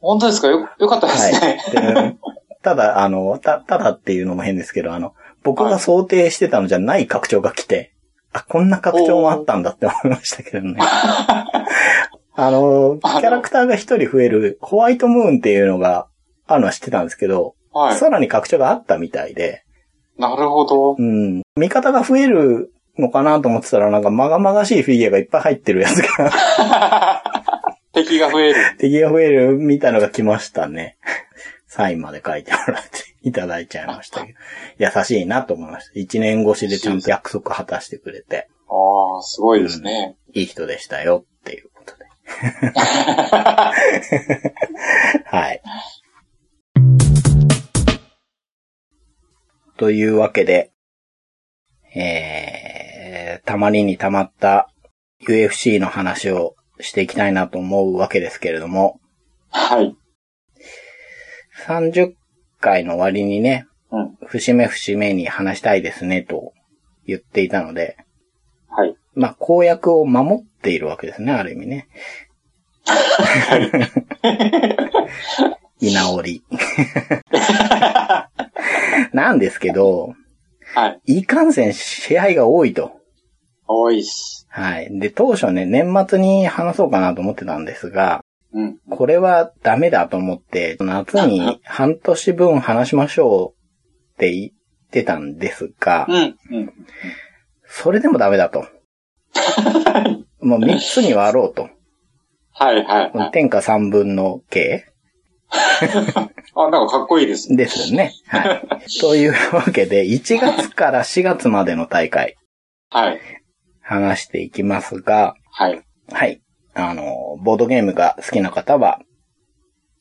本当ですかよ、よかったですね。
はい。でただ、あの、た、ただっていうのも変ですけど、あの、僕が想定してたのじゃない拡張が来て、あ、こんな拡張もあったんだって思いましたけどね。あの、キャラクターが一人増えるホワイトムーンっていうのがあるのは知ってたんですけど、
はい。
さらに拡張があったみたいで、
なるほど。
うん。味方が増えるのかなと思ってたら、なんか、まがまがしいフィギュアがいっぱい入ってるやつが、
敵が増える。
敵が増えるみたいのが来ましたね。 サインまで書いてもらっていただいちゃいましたけど。優しいなと思いました。一年越しでちゃんと約束果たしてくれて。
ああ、すごいですね。
いい人でしたよっていうことで。はい。というわけで、えー、たまりにたまった UFC の話をしていきたいなと思うわけですけれども、
はい。
30回の終わりにね、
うん。
節目節目に話したいですねと言っていたので、
はい。
まあ、公約を守っているわけですね、ある意味ね。居直り。なんですけど、
はい。
いかんせん試合が多いと。
多いっす。
はい。で、当初ね、年末に話そうかなと思ってたんですが、
うん。
これはダメだと思って、夏に半年分話しましょうって言ってたんですが、
うん。うん。
それでもダメだ と。もう3つに割ろうと。
はいはいはい。
天下3分の計
あ、なんかかっこいいですね。
ですよね。 はい。というわけで、1月から4月までの大会、
はい。
話していきますが、
はい。
はい。あの、ボードゲームが好きな方は、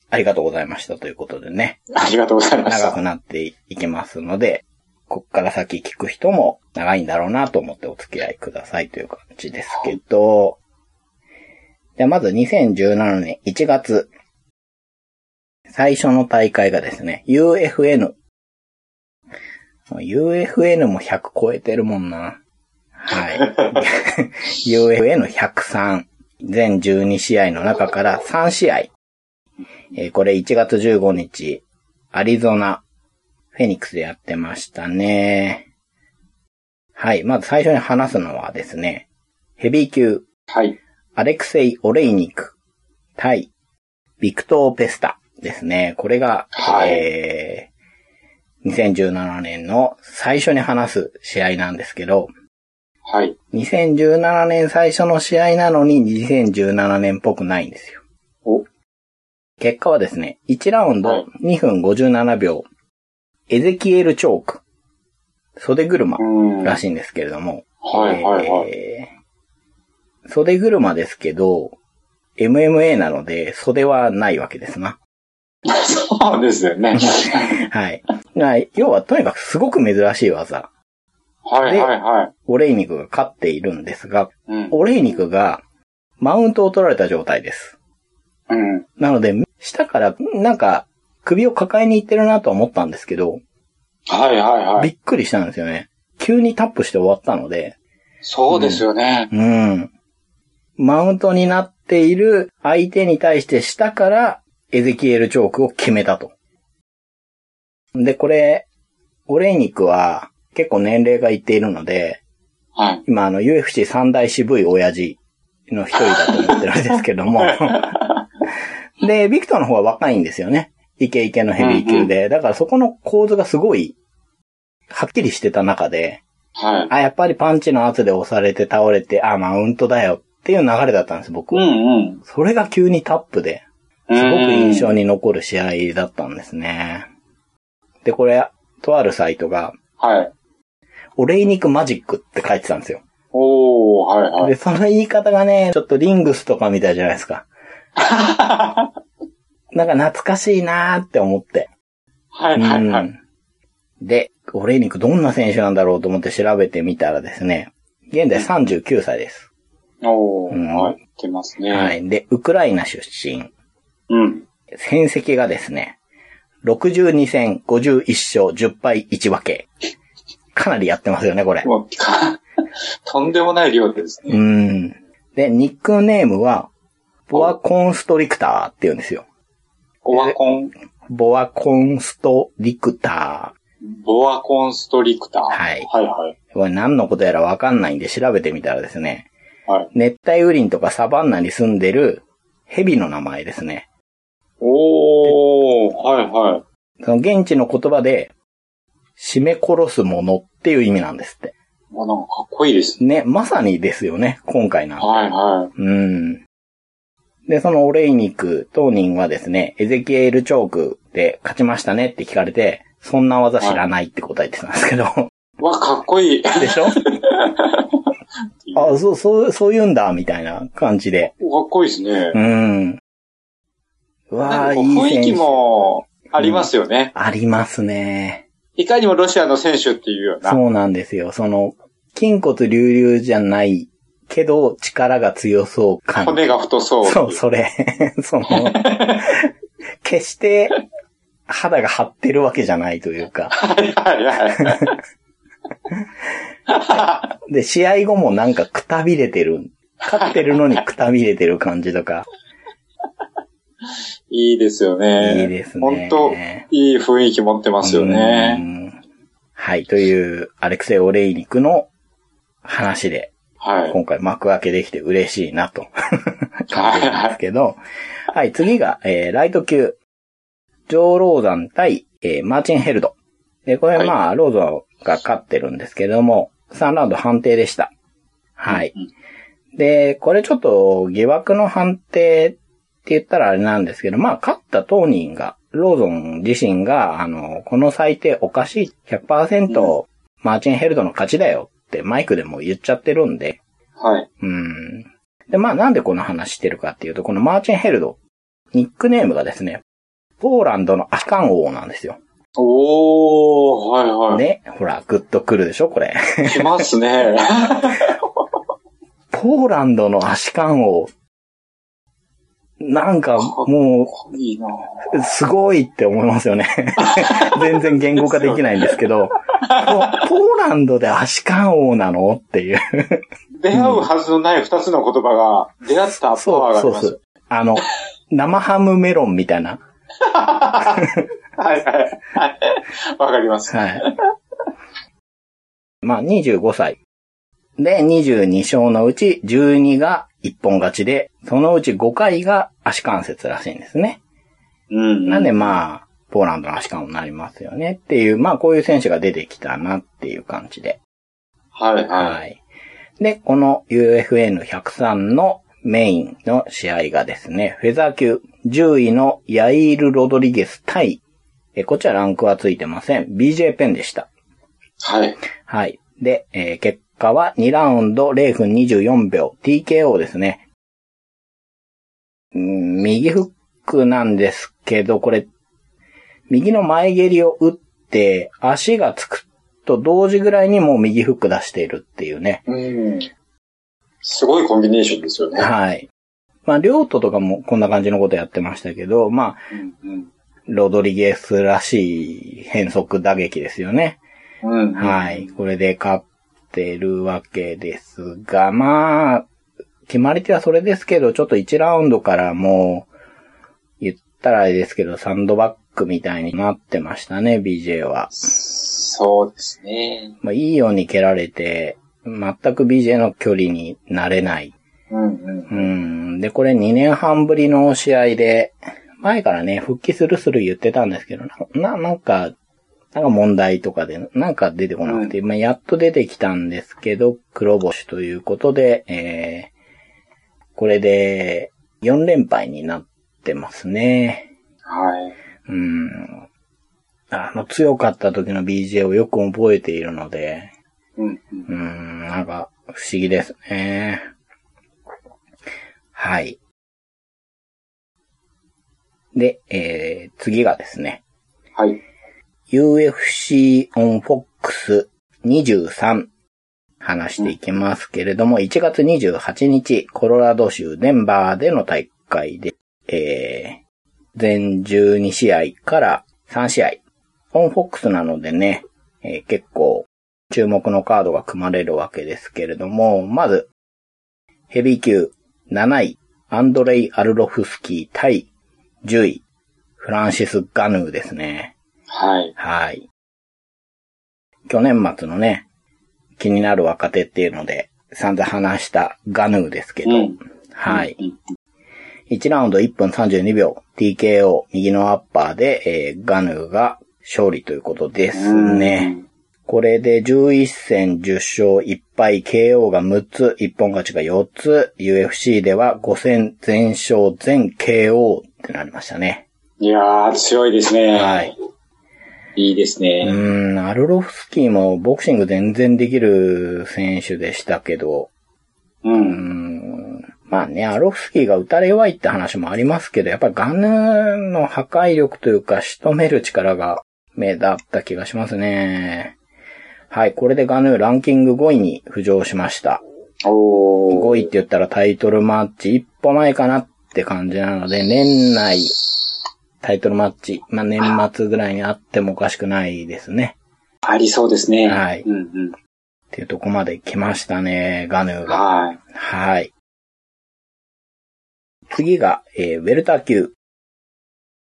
ありがとうございましたということでね、
ありがとうございまし
長く
た。
なっていきますので、こっから先聞く人も長いんだろうなと思ってお付き合いくださいという感じですけど、じゃあまず2017年1月、最初の大会がですね、UFN。UFN も100超えてるもんな。はい。UFN103。全12試合の中から3試合。えーこれ1月15日、アリゾナ、フェニックスでやってましたね。はい。まず最初に話すのはですね、ヘビー級、
はい。
アレクセイ・オレイニク、対、ビクトー・ペスタですね。これが、
はい
えー2017年の最初に話す試合なんですけど、
はい。
2017年最初の試合なのに2017年っぽくないんですよ。
お、
結果はですね、1ラウン
はい
ド2分57秒、エゼキエル・チョーク、袖車
うん。は
ら
い
しいんですけれども、
はいはい。
えー袖車ですけど、MMA なので袖はないわけですな。
そうですよね。
はい。な要はとにかくすごく珍しい技。
はいはいはい。
オレイニクが勝っているんですが、
うん。
オレイニクがマウントを取られた状態です。
うん。
なので、下からなんか首を抱えに行ってるなとは思ったんですけど、
はいはいは
び
い。
っくりしたんですよね。急にタップして終わったので、
そうですよね。
うん。マウントになっている相手に対して下からエゼキエルチョークを決めたと。で、これ、オレイニクは結構年齢がいっているので、
はい。
今あの UFC 三大渋い親父の一人だと思ってるんですけど も。で、ビクトーの方は若いんですよね。イケイケのヘビー級で。だからそこの構図がすごい、はっきりしてた中で、
はい。
あ、やっぱりパンチの圧で押されて倒れて、あ、マウントだよっていう流れだったんです、僕
う
は。
んうん。
それが急にタップで、
うん
すごく印象。に残る試合だったんですね。で、これ、とあるサイトが、
はい。
お礼肉マジックって書いてたんですよ。
おー、はいはい。
で、その言い方がね、ちょっとリングスとかみたいじゃないです か。なんか懐かしいなーって思って。
はいはいは
う
い。
んで、オレイニクどんな選手なんだろうと思って調べてみたらですね、現在39歳です。
おー、
うん
はい。言ってますね。
は。い。で、ウクライナ出身。
うん。
戦績がですね、62戦51勝10敗1分け。かなりやってますよね、これ。
もう、か とんでもない量ですね。
うん。で、ニックネームは、ボアコンストリクターって言うんですよ。
ボアコン、
ボアコンストリクター。
ボアコンストリクター。
はい
はいはい。
これ何のことやらわかんないんで調べてみたらですね、
はい。
熱帯雨林とかサバンナに住んでる蛇の名前ですね。
おー、はいはい。
その現地の言葉で、締め殺すものっていう意味なんですって。
もうなんかかっこいいですね。
ね、まさにですよね、今回なんて
はいは
うん。で、そのオレイニク当人はですね、エゼキエルチョークで勝ちましたねって聞かれて、そんな 技知らないって答えてたんですけど。
い。わ、かっこいい。
でしょあ、そう、そう、そう言うんだ、みたいな感じで。
かっこいいですね
う。ん。うわ
な
あ、
ん
い
かこう
い
雰囲気
選手。
もありますよね。
ありますね。
いかにもロシアの選手っていうような。
そうなんですよ。その、筋骨隆々じゃないけど、力が強そう感。
骨が太そう。
そう、それ。 その、決して肌が張ってるわけじゃないというか。
はいはいはい。
で、試合後もなんかくたびれてる。勝ってるのにくたびれてる感じとか。
いいですよね。
いいですね
本当いい雰囲気持ってますよ
う
ね。
んはい、という、アレクセイ・オレイニクの話で、
はい。
今回幕開けできて嬉しいなと感じなんですけど、はい、次が、えー、ライト級、ジョー・ローザン対、えーマーチン・ヘルド。で、これ
はい
まあ、ローザンが勝ってるんですけども、3ラウンド判定でした。はい。で、これちょっと疑惑の判定って言ったらあれなんですけど、まあ、勝った当人が、ローゾン自身が、あの、この最低おかしい、100%、マーチンヘルドの勝ちだよってマイクでも言っちゃってるんで、
はい。
うん。で、まあなんでこの話してるかっていうと、このマーチンヘルド、ニックネームがですね、ポーランドのアシカン王なんですよ。
おー、はいはい。
ね、ほら、グッとくるでしょ、これ。
来ますね。
ポーランドのアシカン王。なんか、もう、
いいな
すごいって思いますよね。 全然言語化できないんですけど、ポポーランドでアシカン王なのっていう。
出会うはずのない二つの言葉が、出会ったパワーがあり
そう
ま
そ
す。
う。あの、生ハムメロンみたいな。
はいはいはい。わかります。
はい。 まあ、25歳。で、22勝のうち12が一本勝ちで、そのうち5回が足関節らしいんですね。
うん
なんでまあ、ポーランドの足関になりますよねっていう、まあこういう選手が出てきたなっていう感じで。
はいは
はい。で、この UFN103 のメインの試合がですね、フェザー級10位のヤイール・ロドリゲス対、えこっちはランクはついてません。BJ ペンでした。
い。はい。
はい。で、えー結果は2ラウンド0分24秒 TKO ですね。うん右フックなんですけど、これ、右の前蹴りを打って、足がつくと同時ぐらいにもう右フック出しているっていうね。
うん。すごいコンビネーションですよね。
はい。まあ、両トとかもこんな感じのことやってましたけど、まあ、
うん
ロドリゲスらしい変則打撃ですよね。
うん。うん
はい。。これで勝ってるわけですが、まあ、決まり手はそれですけど、ちょっと1ラウンドからもう、言ったらあれですけど、サンドバッグみたいになってましたね、BJ は。
そうですね。
まあ、いいように蹴られて、全く BJ の距離になれない。
うんうん。
うん。で、これ2年半ぶりの試合で、前からね、復帰するする言ってたんですけど、な、なんか、なんか問題とかで、なんか出てこなくて、まあ、やっと出てきたんですけど、黒星ということで、えー、これで4連敗になってますね。
はい。
うん。あの、強かった時の BJ をよく覚えているので、
うんうん。
うん、なんか、不思議ですね。はい。で、えー、次がですね、
はい。
UFC on Fox 23話していきますけれども、1月28日、コロラド州デンバーでの大会で、えー、全12試合から3試合。オンフォックスなのでね、えー結構注目のカードが組まれるわけですけれども、まず、ヘビー級7位、アンドレイ・アルロフスキー対10位、フランシス・ガヌーですね。
はい。
はい。去年末のね、気になる若手っていうので、散々話したガヌーですけど、
うん。
はい。
うん。
1ラウンド1分32秒、TKO、右のアッパーで、えーガヌーが勝利ということですね。これで11戦10勝1敗、KO が6つ、一本勝ちが4つ、UFC では5戦全勝全 KO ってなりましたね。
いやー、強いですね。
はい。
いいです
う
ね。
ーん、アルロフスキーもボクシング全然できる選手でしたけど、
う。
うんん。まあね、アロフスキーが打たれ弱いって話もありますけど、やっぱりガヌの破壊力というか仕留める力が目立った気がしますね。はい、これでガヌランキング5位に浮上しました。
おー。
5位って言ったらタイトルマッチ一歩前かなって感じなので、年内、タイトルマッチ、まあ年末ぐらいにあってもおかしくないですね。
ありそうですね。
はい
うんうん。
っていうとこまで来ましたね、ガヌーが。
はい。
はい。次が、えー、ウェルター級。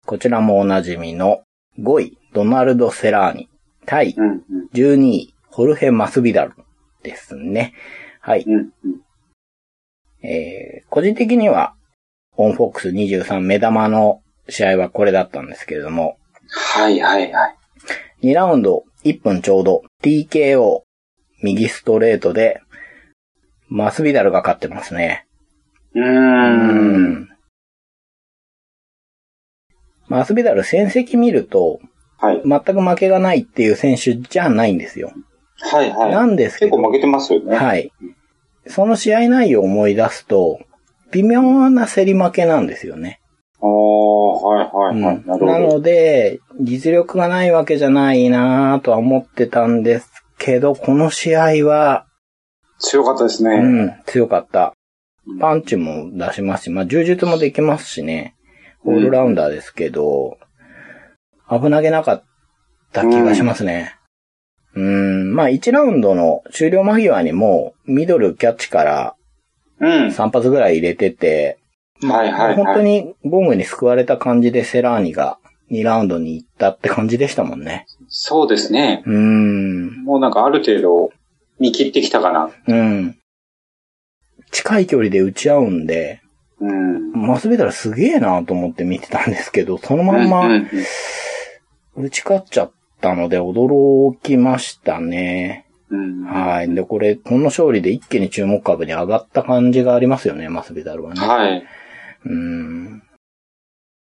こちらもおなじみの5位、ドナルド・セラーニ。対
うんうん。
12位、ホルヘ・マスビダルですね。はい。
うんうん。
えー個人的には、オンフォックス23目玉の試合はこれだったんですけれども、
はいはいはい。
2ラウンド1分ちょうど TKO 右ストレートで、マスビダルが勝ってますね。
う
う
ーん。。
マスビダル戦績見ると、
はい。
全く負けがないっていう選手じゃないんですよ。
はいはい。
なんですけ
結
ど、
構負けてますよね。
はい。その試合内容を思い出すと、微妙な競り負けなんですよね。
ああ、はいは
う
い
ん
は。
ない
なるほど。
ので、実力がないわけじゃないなぁとは思ってたんですけど、この試合は、
強かったです
う
ね。
ん、強かった
うん。
パンチも出しますし、まあ、柔術もできますしね。オールラウンダーですけど、危なげなかった気がしますね。うん、まあ、1ラウンドの終了間際にも、ミドルキャッチから
うん。
3発ぐらい入れてて、
はいはい
本当
はい。
にゴムに救われた感じでセラーニが2ラウンドに行ったって感じでしたもんね。
そうですね。
うーん。
もうなんかある程度見切ってきたかな。
うん。近い距離で打ち合うんで、
うん。
マスベダルすげえなと思って見てたんですけど、そのまん
うんう
ま
んうん
打ち勝っちゃったので驚きましたね。
うん
はい。で、これ、この勝利で一気に注目株に上がった感じがありますよね、マスベダルはね。
はい。
うーん。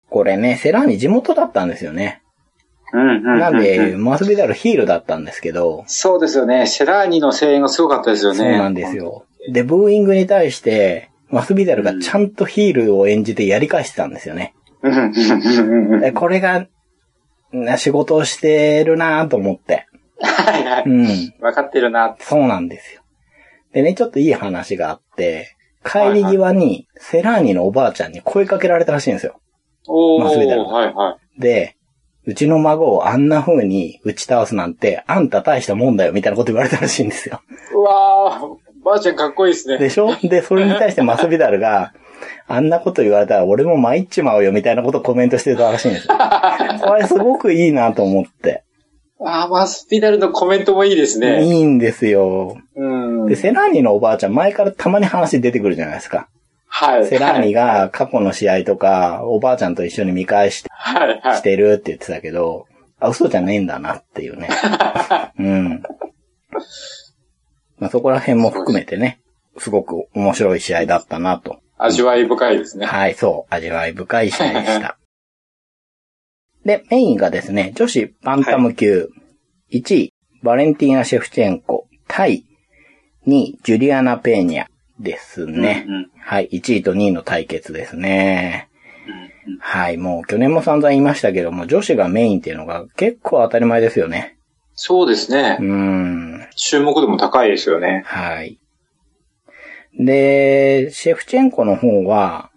これね、セラーニ地元だったんですよね。
うんうんうう
なんで、マスビダルヒールだったんですけど、
そうですよね。セラーニの声援がすごかったですよね。
そうなんです。よ。で、ブーイングに対して、マスビダルがちゃんとヒールを演じてやり返してたんですよね。
うんうんうんうん。
でこれが、な仕事をしてるなぁと思って。
はいは
う
い。
ん。
分かってるな。
そうなんですよ。でね、ちょっといい話があって、帰り際に、セラーニのおばあちゃんに声かけられたらしいんですよ。
お
マスメダ
ー、
ル
はいはい。
で、うちの孫をあんな風に打ち倒すなんて、あんた大したもんだよ、みたいなこと言われたらしいんですよ。
うわー、ばあちゃんかっこいいですね。
でしょで、それに対してマスビダルが、あんなこと言われたら俺も参っちまうよみたいなことをコメントしてたらしいんですよ。これすごくいいなと思って。
あー、マスピダルのコメントもいいです
い
ね。
いんですよ。
うん。
で、セラーニのおばあちゃん前からたまに話出てくるじゃないですか。
はい。
セラーニが過去の試合とか、おばあちゃんと一緒に見返して
はいは
し
い。
てるって言ってたけど、あ、嘘じゃねえんだなっていう ね。うん。まあ、そこら辺も含めてね、すごく面白い試合だったなと
味わい深いですね。
はい、そう。味わい深い試合で した。で、メインがですね、女子バンタム級、1位、バレンティーナ・シェフチェンコ、対2位、ジュリアナ・ペーニャですね。
うんうん
はい、1位と2位の対決ですね。はい、もう去年も散々言いましたけども、女子がメインっていうのが結構当たり前ですよね。
そうですね
う。ーん。
注目度も高いですよね。
はい。で、シェフチェンコの方は、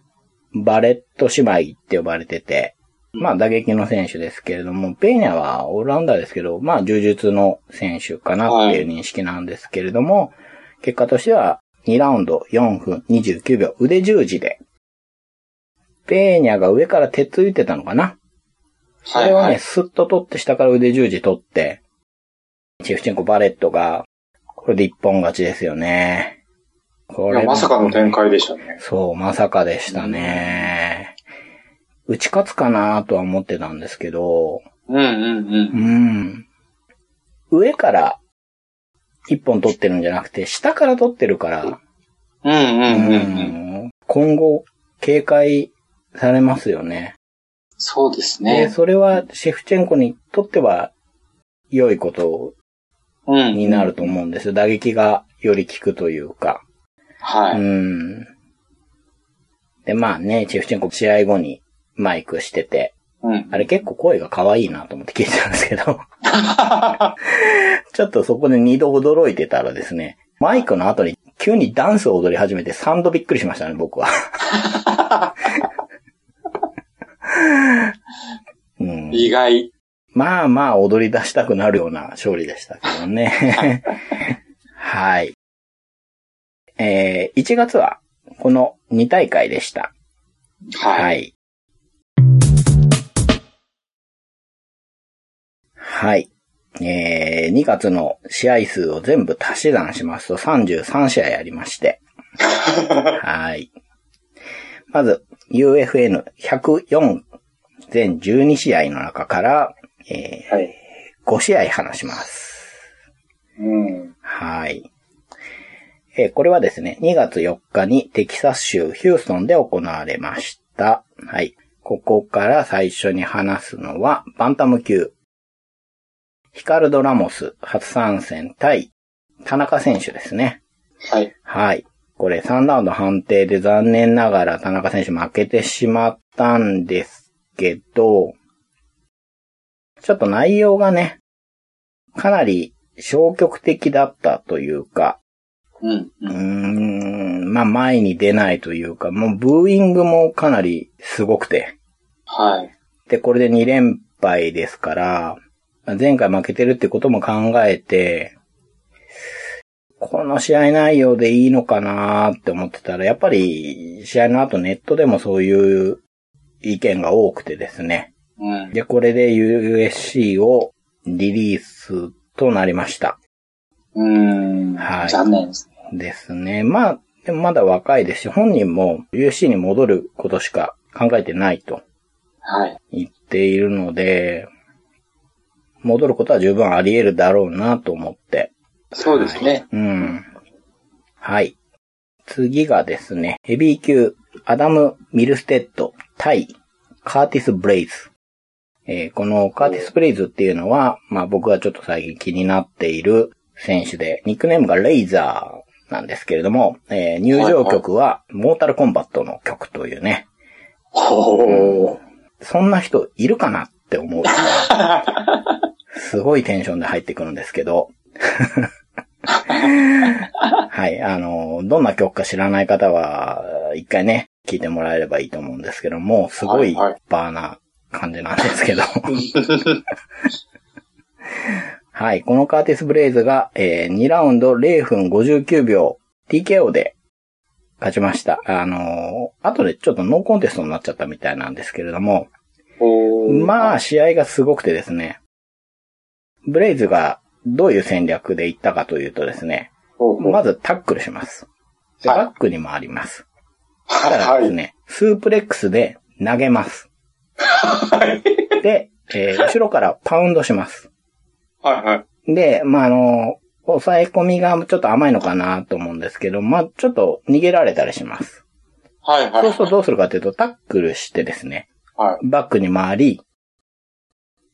バレット姉妹って呼ばれてて、まあ打撃の選手ですけれども、ペーニャはオールラウンダーですけど、まあ柔術の選手かなっていう認識なんですけれども、結果としては2ラウンド4分29秒、腕十字で、ペーニャが上から手ついてたのかなそ
はい
れを
は
ね、
い。
スッと取って下から腕十字取って、チェフチェンコバレットが、これで一本勝ちですよね。こ
い
れ
やまさかの展開でしたね。
そう、まさかでしたね。打ち勝つかなとは思ってたんですけど、
うんうんう。
うんん。上から一本取ってるんじゃなくて、下から取ってるから、
う
うん
んううんうん。
今後、警戒されますよね。
そうです
で、
ね。
それはシェフチェンコにとっては良いこと
うん。
になると思うんですよ。打撃がより効くというか。
は
う
い。
ん。で、まあね、チェフチェンコ試合後にマイクしてて、
うん。
あれ結構声が可愛いなと思って聞いてたんですけ ど、ちょっとそこで二度驚いてたらですね、マイクの後に急にダンスを踊り始めて3度びっくりしましたね、僕は。 うん、
意外。
まあまあ踊り出したくなるような勝利でしたけどね。はい。えー、1月はこの2大会でした。
はい。
い。はい。えー、2月の試合数を全部足し算しますと33試合ありまして。はい。まず、UFN104 全12試合の中から、え
はい。
ー、5試合話します。
うん。
はい。えーこれはですね、2月4日にテキサス州ヒューストンで行われました。はい。ここから最初に話すのは、バンタム級。ヒカルド・ラモス初参戦対田中選手ですね。
はい。
はい。これ3ラウンド判定で残念ながら田中選手負けてしまったんですけど、ちょっと内容がね、かなり消極的だったというか、
うん。
うー
うん
ん、まあ前に出ないというか、もうブーイングもかなりすごくて。
はい。
で、これで2連敗ですから、前回負けてるってことも考えて、この試合内容でいいのかなーって思ってたら、やっぱり試合の後ネットでもそういう意見が多くてですね。
うん。
で、これで USC をリリースとなりました。
うん。
はい
残念ですね。
ですね。まあ、でもまだ若いですし、本人も USC に戻ることしか考えてないと
はい。
言っているので、戻ることは十分あり得るだろうなと思って。
そうですね。
うん。はい。次がですね、ヘビー級、アダム・ミルステッド対カーティス・ブレイズ。えーこのカーティス・ブレイズっていうのは、まあ僕がちょっと最近気になっている選手で、ニックネームがレイザーなんですけれども、えー入場曲はモータルコンバットの曲というね、
ほー。
そんな人いるかなって 思う。すごいテンションで入ってくるんですけど。はい、あの、どんな曲か知らない方は、一回ね、聞いてもらえればいいと思うんですけども、すごい
はいはい
バーな感じなんです けど。はい、このカーティス・ブレイズが、えー2ラウンド0分59秒 TKO で勝ちました。あのー後でちょっとノーコンテストになっちゃったみたいなんですけれども、
ほー。
ま
あ。
あ、試合がすごくてですね、ブレイズがどういう戦略で行ったかというとですね、
ほうほう
まずタックルします。で
はい
バックに回ります。そしたら
は
です
い。
ね、スープレックスで投げます。で、えー後ろからパウンドします。
はいはい。
で、まあ、あの、抑え込みがちょっと甘いのかなと思うんですけど、まあ、ちょっと逃げられたりします。
はいはい。
そうするとどうするかというと、タックルしてですね、
は
バックに回り、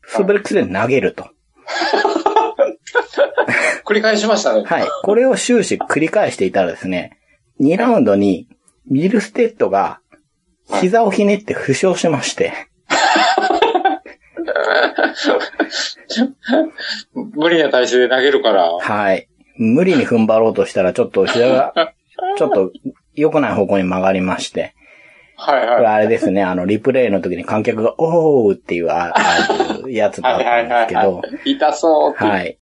スープレックスで投げると。
い。繰り返しましたね。
はい。これを終始繰り返していたらですね、2ラウンドに、ミルステッドが、膝をひねって負傷しまして、
無理な体勢で投げるから。
はい。無理に踏ん張ろうとしたら、ちょっと膝 が、ちょっと良くない方向に曲がりまして、
はい
こ
は
れ
い。
あれですね、あの、リプレイの時に観客が、おーっていう、あああいうやつだっ
は
たん
いはい
です
はい
けど
は、い。痛そうって。
はい。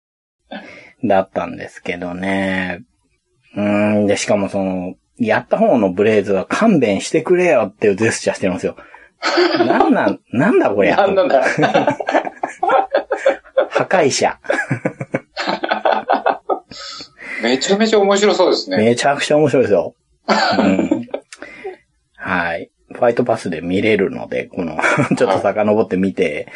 だったんですけどね。うーん、で、しかもその、やった方のブレイズは勘弁してくれよっていうジェスチャーしてるん ですよ。なんなん、なんだこれ。
なんなんだ。
破壊者。
めちゃめちゃ面白そうですね。
めちゃくちゃ面白いですよ。うん、はい。ファイトパスで見れるので、こ の、ちょっと遡って見て、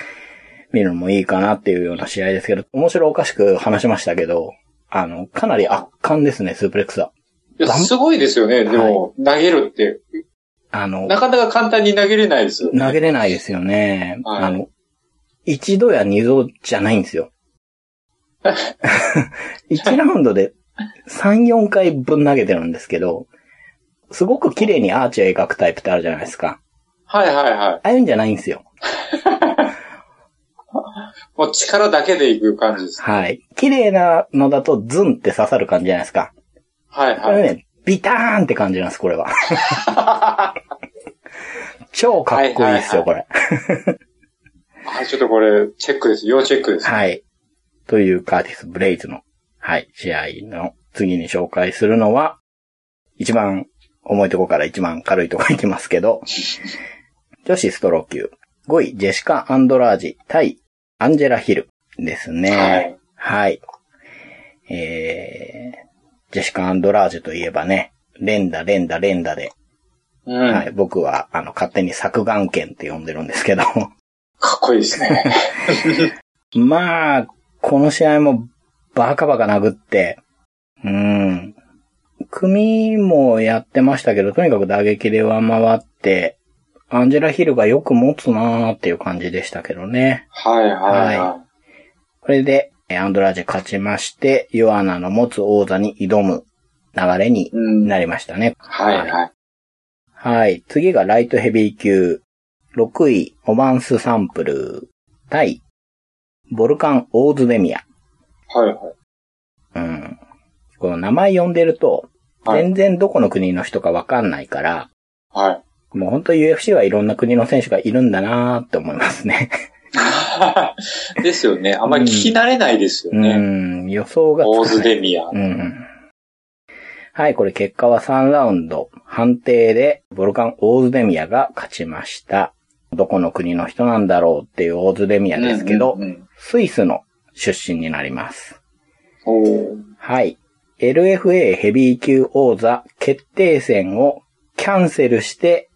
見るのもいいかなっていうような試合ですけど、面白おかしく話しましたけど、あの、かなり圧巻ですね、スープレックスは。
いやすごいですよね。でも、投げるって。
あの、
なかなか簡単に投げれないですよ。
投げれないですよね。
はい
あの、一度や二度じゃないんですよ。一ラウンドで3、4回分投げてるんですけど、すごく綺麗にアーチを描くタイプってあるじゃないですか。
はいはいはい。
ああいうんじゃないんですよ。
もう力だけでいく感じです。
はい。綺麗なのだとズンって刺さる感じじゃないですか。
はい
こ
はい。
れね、ビターンって感じなんです、これは。超かっこいいですよ、これ。
あ、ちょっとこれ、チェックです。要チェックです。
はい。というカーティス・ブレイズの、はい、試合の次に紹介するのは、一番重いとこから一番軽いとこ行きますけ ど、女子ストロー級、5位、ジェシカ・アンドラージ対アンジェラ・ヒルですね。
はい。
はい。えー、ジェシカ・アンドラージュといえばね、連打、連打、連打で、
うん。
はい、僕は、あの、勝手に作眼剣って呼んでるんですけど、
かっこいいですね。
まあ、この試合もバカバカ殴って、うん。組もやってましたけど、とにかく打撃で上回って、アンジェラ・ヒルがよく持つなーっていう感じでしたけどね。
はいはいは
これで、えアンドラージェ勝ちまして、ヨアナの持つ王座に挑む流れに
い。うん。
なりましたね。
はいはい。
はい。次がライトヘビー級。6位、オマンスサンプル。対、ボルカン・オーズデミア。
はいはい。
うん。この名前呼んでると、
はい
全然どこの国の人かわかんないから、
はい。
もう本当 UFC はいろんな国の選手がいるんだなーって思いますね。
ですよね。あんまり聞き慣れないですよ
う
ね。
ん、予想が
オー
つ
ズ
かない。
デミア。
うん。はい、これ結果は3ラウンド。判定で、ボルカン・オーズデミアが勝ちました。どこの国の人なんだろうっていうオーズデミアですけど、
うんうんうん
スイスの出身になります。
おー
はい。LFA ヘビー級王座決定戦をキャンセルして、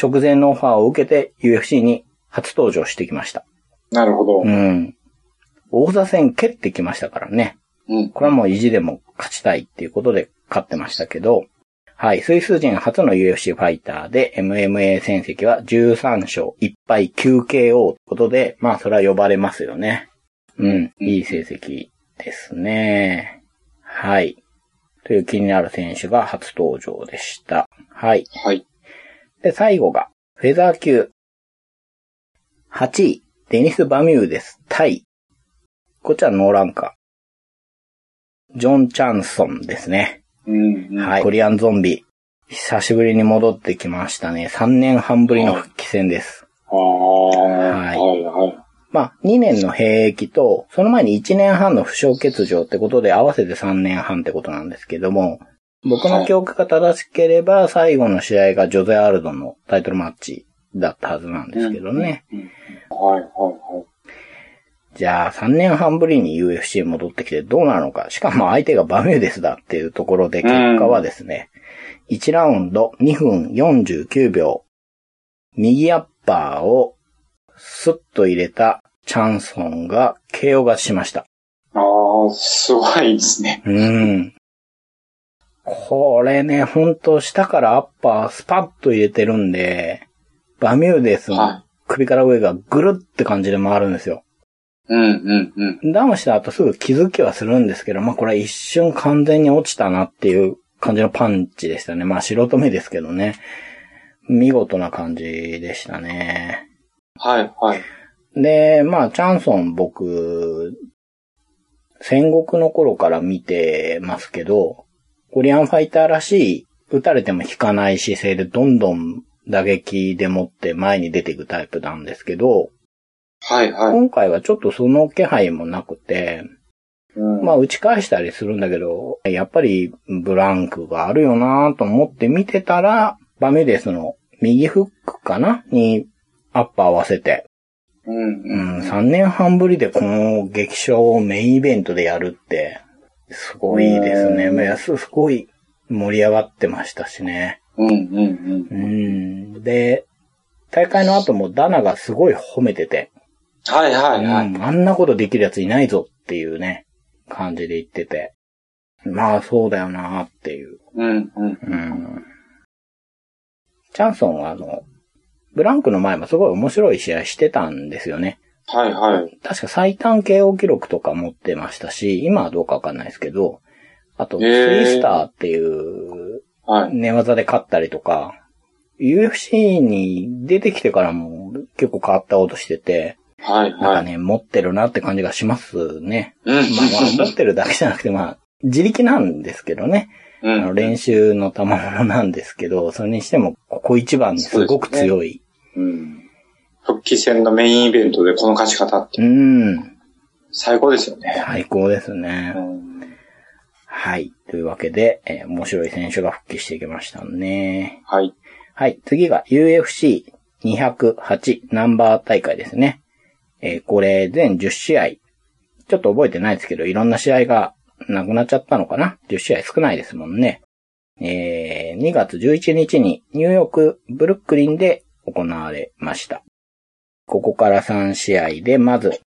直前のオファーを受けて UFC に初登場してきました。
なるほど
う。ん。王座戦蹴ってきましたからね。
うん。
これはもう意地でも勝ちたいっていうことで勝ってましたけど、はい。スイス人初の UFC ファイターで MMA 戦績は13勝1敗 9KO ってことで、まあそれは呼ばれますよね。うん。いい成績ですね。はい。という気になる選手が初登場でした。はい。
はい。
で、最後が、フェザー級。8位、デニス・バミューです。対、こっちはノーランカー。ジョン・チャンソンですね。
うん。
はい。コリアンゾンビ。久しぶりに戻ってきましたね。3年半ぶりの復帰戦です。
ああ、はいいはい。
まあ、2年の兵役と、その前に1年半の負傷欠場ってことで合わせて3年半ってことなんですけども、僕の記憶が正しければ、最後の試合がジョゼ・アルドのタイトルマッチだったはずなんですけどね。
はいはいはい。
じゃあ、3年半ぶりに UFC 戻ってきてどうなのか。しかも相手がバミューデスだっていうところで、結果はですね、1ラウンド2分49秒、右アッパーをスッと入れたチャンソンが KO 勝ちしました。
ああ、すごいですね。
うん。これね、ほんと下からアッパースパッと入れてるんで、バミューデスの
は
首から上がぐるって感じで回るんですよ。
い。うんうんうん。
ダウンした後すぐ気づきはするんですけど、まあこれは一瞬完全に落ちたなっていう感じのパンチでしたね。まあ素人目ですけどね。見事な感じでしたね。
はいはい。
で、まあチャンソン僕、戦国の頃から見てますけど、コリアンファイターらしい、打たれても引かない姿勢でどんどん打撃でもって前に出ていくタイプなんですけど、
はいはい。
今回はちょっとその気配もなくて、
うん
まあ、打ち返したりするんだけど、やっぱりブランクがあるよなと思って見てたら、バメデスの右フックかなにアッパー合わせて、
うんう。
うんん、3年半ぶりでこの劇場をメインイベントでやるって、すごいですね。
うん
いやすすごい盛り上がってましたしね。
うんうん
う
うん。
ん、で、大会の後もダナがすごい褒めてて、
はいは
う
い
ん
はい。
あんなことできるやついないぞっていうね、感じで言ってて。まあそうだよなっていう。
うんうん。
うん。チャンソンはあの、ブランクの前もすごい面白い試合してたんですよね。
はいはい。
確か最短 KO 記録とか持ってましたし、今はどうかわかんないですけど、あと、ツ
え
イ
ー
スターっていう
はい。
寝技で勝ったりとか、UFC に出てきてからも結構変わったことしてて、
はい、
なん
は
か
い。
ね、持ってるなって感じがします ね。
うん
まあ、まあ、持ってるだけじゃなくて、まあ、自力なんですけどね。
う
あ
ん
の練習の賜物なんですけど、それにしても、ここ一番にすごく強い。
うん。復帰戦のメインイベントでこの勝ち方って
ううん。
最高ですよね。
最高ですね
う。ん
はい。というわけで、えー面白い選手が復帰してきましたね。
はい。
はい。次が UFC208 ナンバー大会ですね。えーこれ全10試合。ちょっと覚えてないですけど、いろんな試合がなくなっちゃったのかな ?10 試合少ないですもんね。えー2月11日にニューヨーク、ブルックリンで行われました。ここから3試合で、まず、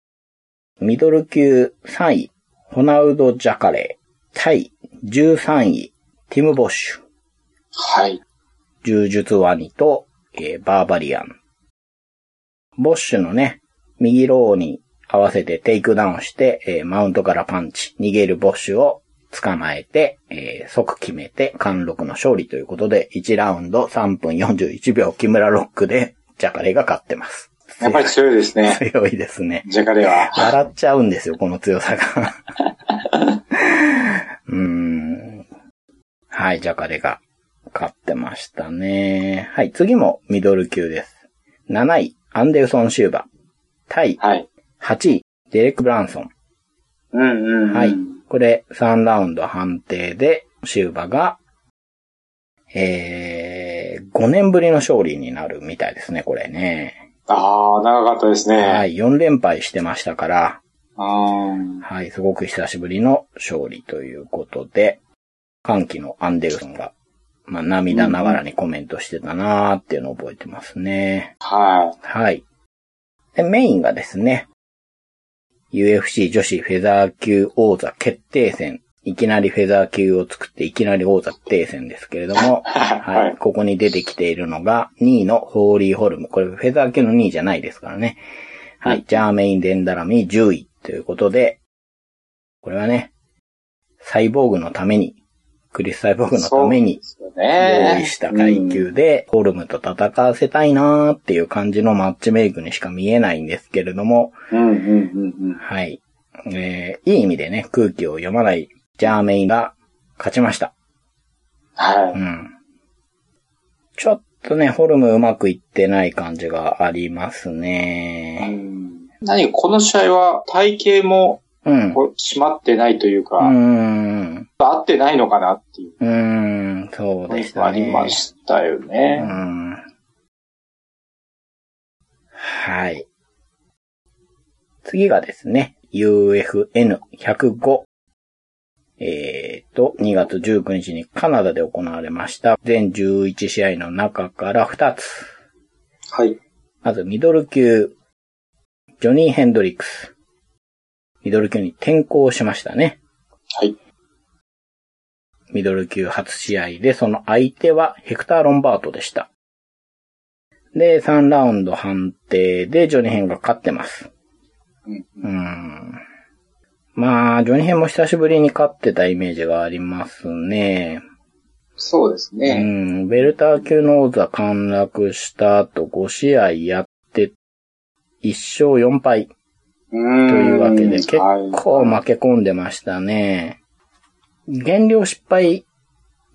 ミドル級3位、ホナウド・ジャカレー、対13位、ティム・ボッシュ、
はい。
柔術ワニと、えーバーバリアン。ボッシュのね、右ローに合わせてテイクダウンして、えーマウントからパンチ、逃げるボッシュを捕まえて、えー即決めて、貫禄の勝利ということで、1ラウンド3分41秒、木村ロックで、ジャカレが勝ってます。
やっぱり強いですね。
強いですね。
ジャカレは。
笑っちゃうんですよ、この強さが。 うーん。はい、ジャカレが勝ってましたね。はい、次もミドル級です。7位、アンデルソン・シューバー。対
はい。
8位、デレック・ブランソン。
うんうんうん。
はい。これ、3ラウンド判定で、シューバが、えー、5年ぶりの勝利になるみたいですね、これね。
ああ、長かったですね。。
はいい、4連敗してましたから、はい、すごく久しぶりの勝利ということで、歓喜のアンデルソンが、まあ、涙ながらにコメントしてたなーっていうのを覚えてますね。
は
はい。で、メインがですね、UFC 女子フェザー級王座決定戦。いきなりフェザー級を作っていきなり王座決定戦ですけれども、
はい
はい、ここに出てきているのが2位のホーリーホルム。これフェザー級の2位じゃないですからね。は、
はい
ジャーメイン・デンダラミ10位ということで、これはね、サイボーグのために、クリスサイボーグ
い。
のために
そうです
用
ね
意した階級で、ホルムと戦わせたいなーっていう感じのマッチメイクにしか見えないんですけれども、
うんうんうん
はい。えー、いい意味でね、空気を読まないジャーメインが勝ちました。
は
う
い。
ん。ちょっとね、ホルムうまくいってない感じがあります
う
ね。
ん何この試合は体型も
うん。う
こう締まってないというか、
ーん。
合ってないのかなっていう
うーん、そうでした
あ
ね。
りましたよ
う
ね。
ん。はい。次がですね、UFN105。えーと、2月19日にカナダで行われました。全11試合の中から2つ。
はい。
まず、ミドル級、ジョニー・ヘンドリックス。ミドル級に転向しましたね。
はい。
ミドル級初試合で、その相手はヘクター・ロンバートでした。で、3ラウンド判定でジョニー・ヘンが勝ってます。
うん
うーん。まあ、ジョニー・ヘンも久しぶりに勝ってたイメージがありますね。
そうです
う
ね。
ん、ベルター級の王座陥落した後5試合やって、1勝4敗
と
とい
いう
わけで、結構
ま
負け込んでましたね。減量失敗、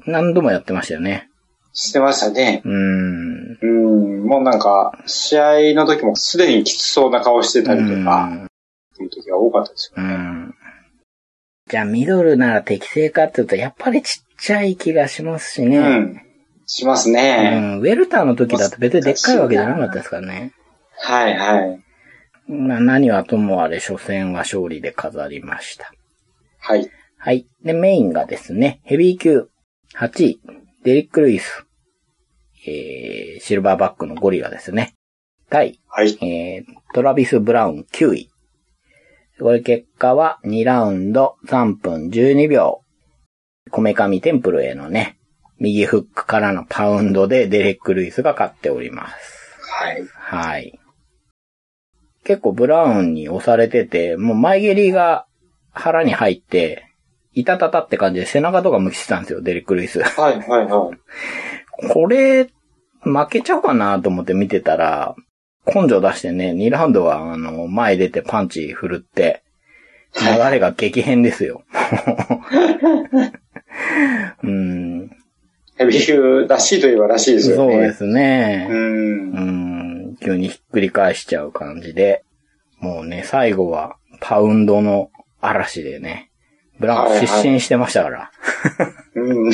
何度もやってましたよね。
してましたね。
うん。
うん、もうなんか、試合の時もすでにきつそうな顔してたりとか、っていう時が多かったですよ。
うん。じゃあ、ミドルなら適正かって言うと、やっぱりちっちゃい気がしますしね。
うん。します
う
ね。
ん。ウェルターの時だと別にでっかいわけじゃなかったですからね。
はいはい。
まあ、何はともあれ、初戦は勝利で飾りました。
はい。
はい。で、メインがですね、ヘビー級8位、デリック・ルイス。えー、シルバーバックのゴリラですね。対、
はい。
えー、トラビス・ブラウン9位。これ結果は2ラウンド3分12秒。こめかみテンプルへのね、右フックからのパウンドでデレック・ルイスが勝っております。
はい。
はい。結構ブラウンに押されてて、もう前蹴りが腹に入って、いたたたって感じで背中とか向きしてたんですよ、デリック・ルイス。
はい、はい、はい。
これ、負けちゃうかなと思って見てたら、根性出してね、2ラウンドは、あの、前出てパンチ振るって、流れが激変ですよ。うん、
ヘビー級らしいといえばらしいですよ
そう
ね。
ですね。
うん
う。ん、急にひっくり返しちゃう感じで、もうね、最後はパウンドの嵐でね、ブランコ失神してましたから、
うん。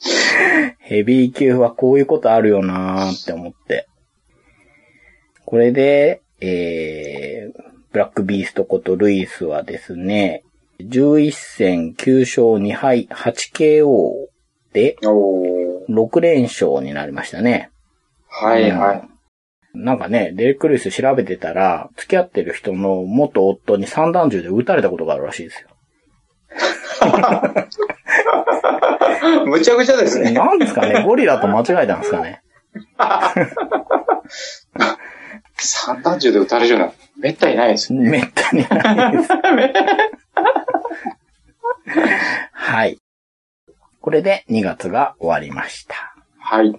ヘビー級はこういうことあるよなーって思って。これで、えー、ブラックビーストことルイスはですね、11戦9勝2敗 8KO で
おー
6連勝になりましたね。
はい、はい。
なんかね、デレック・ルイス調べてたら、付き合ってる人の元夫に散弾銃で撃たれたことがあるらしいですよ。
むちゃくちゃですね。
なんですかね、ゴリラと間違えたんですかね。
散弾銃で撃たれるような、めったにないですね。
めったにないです。はい。これで2月が終わりました。
はい。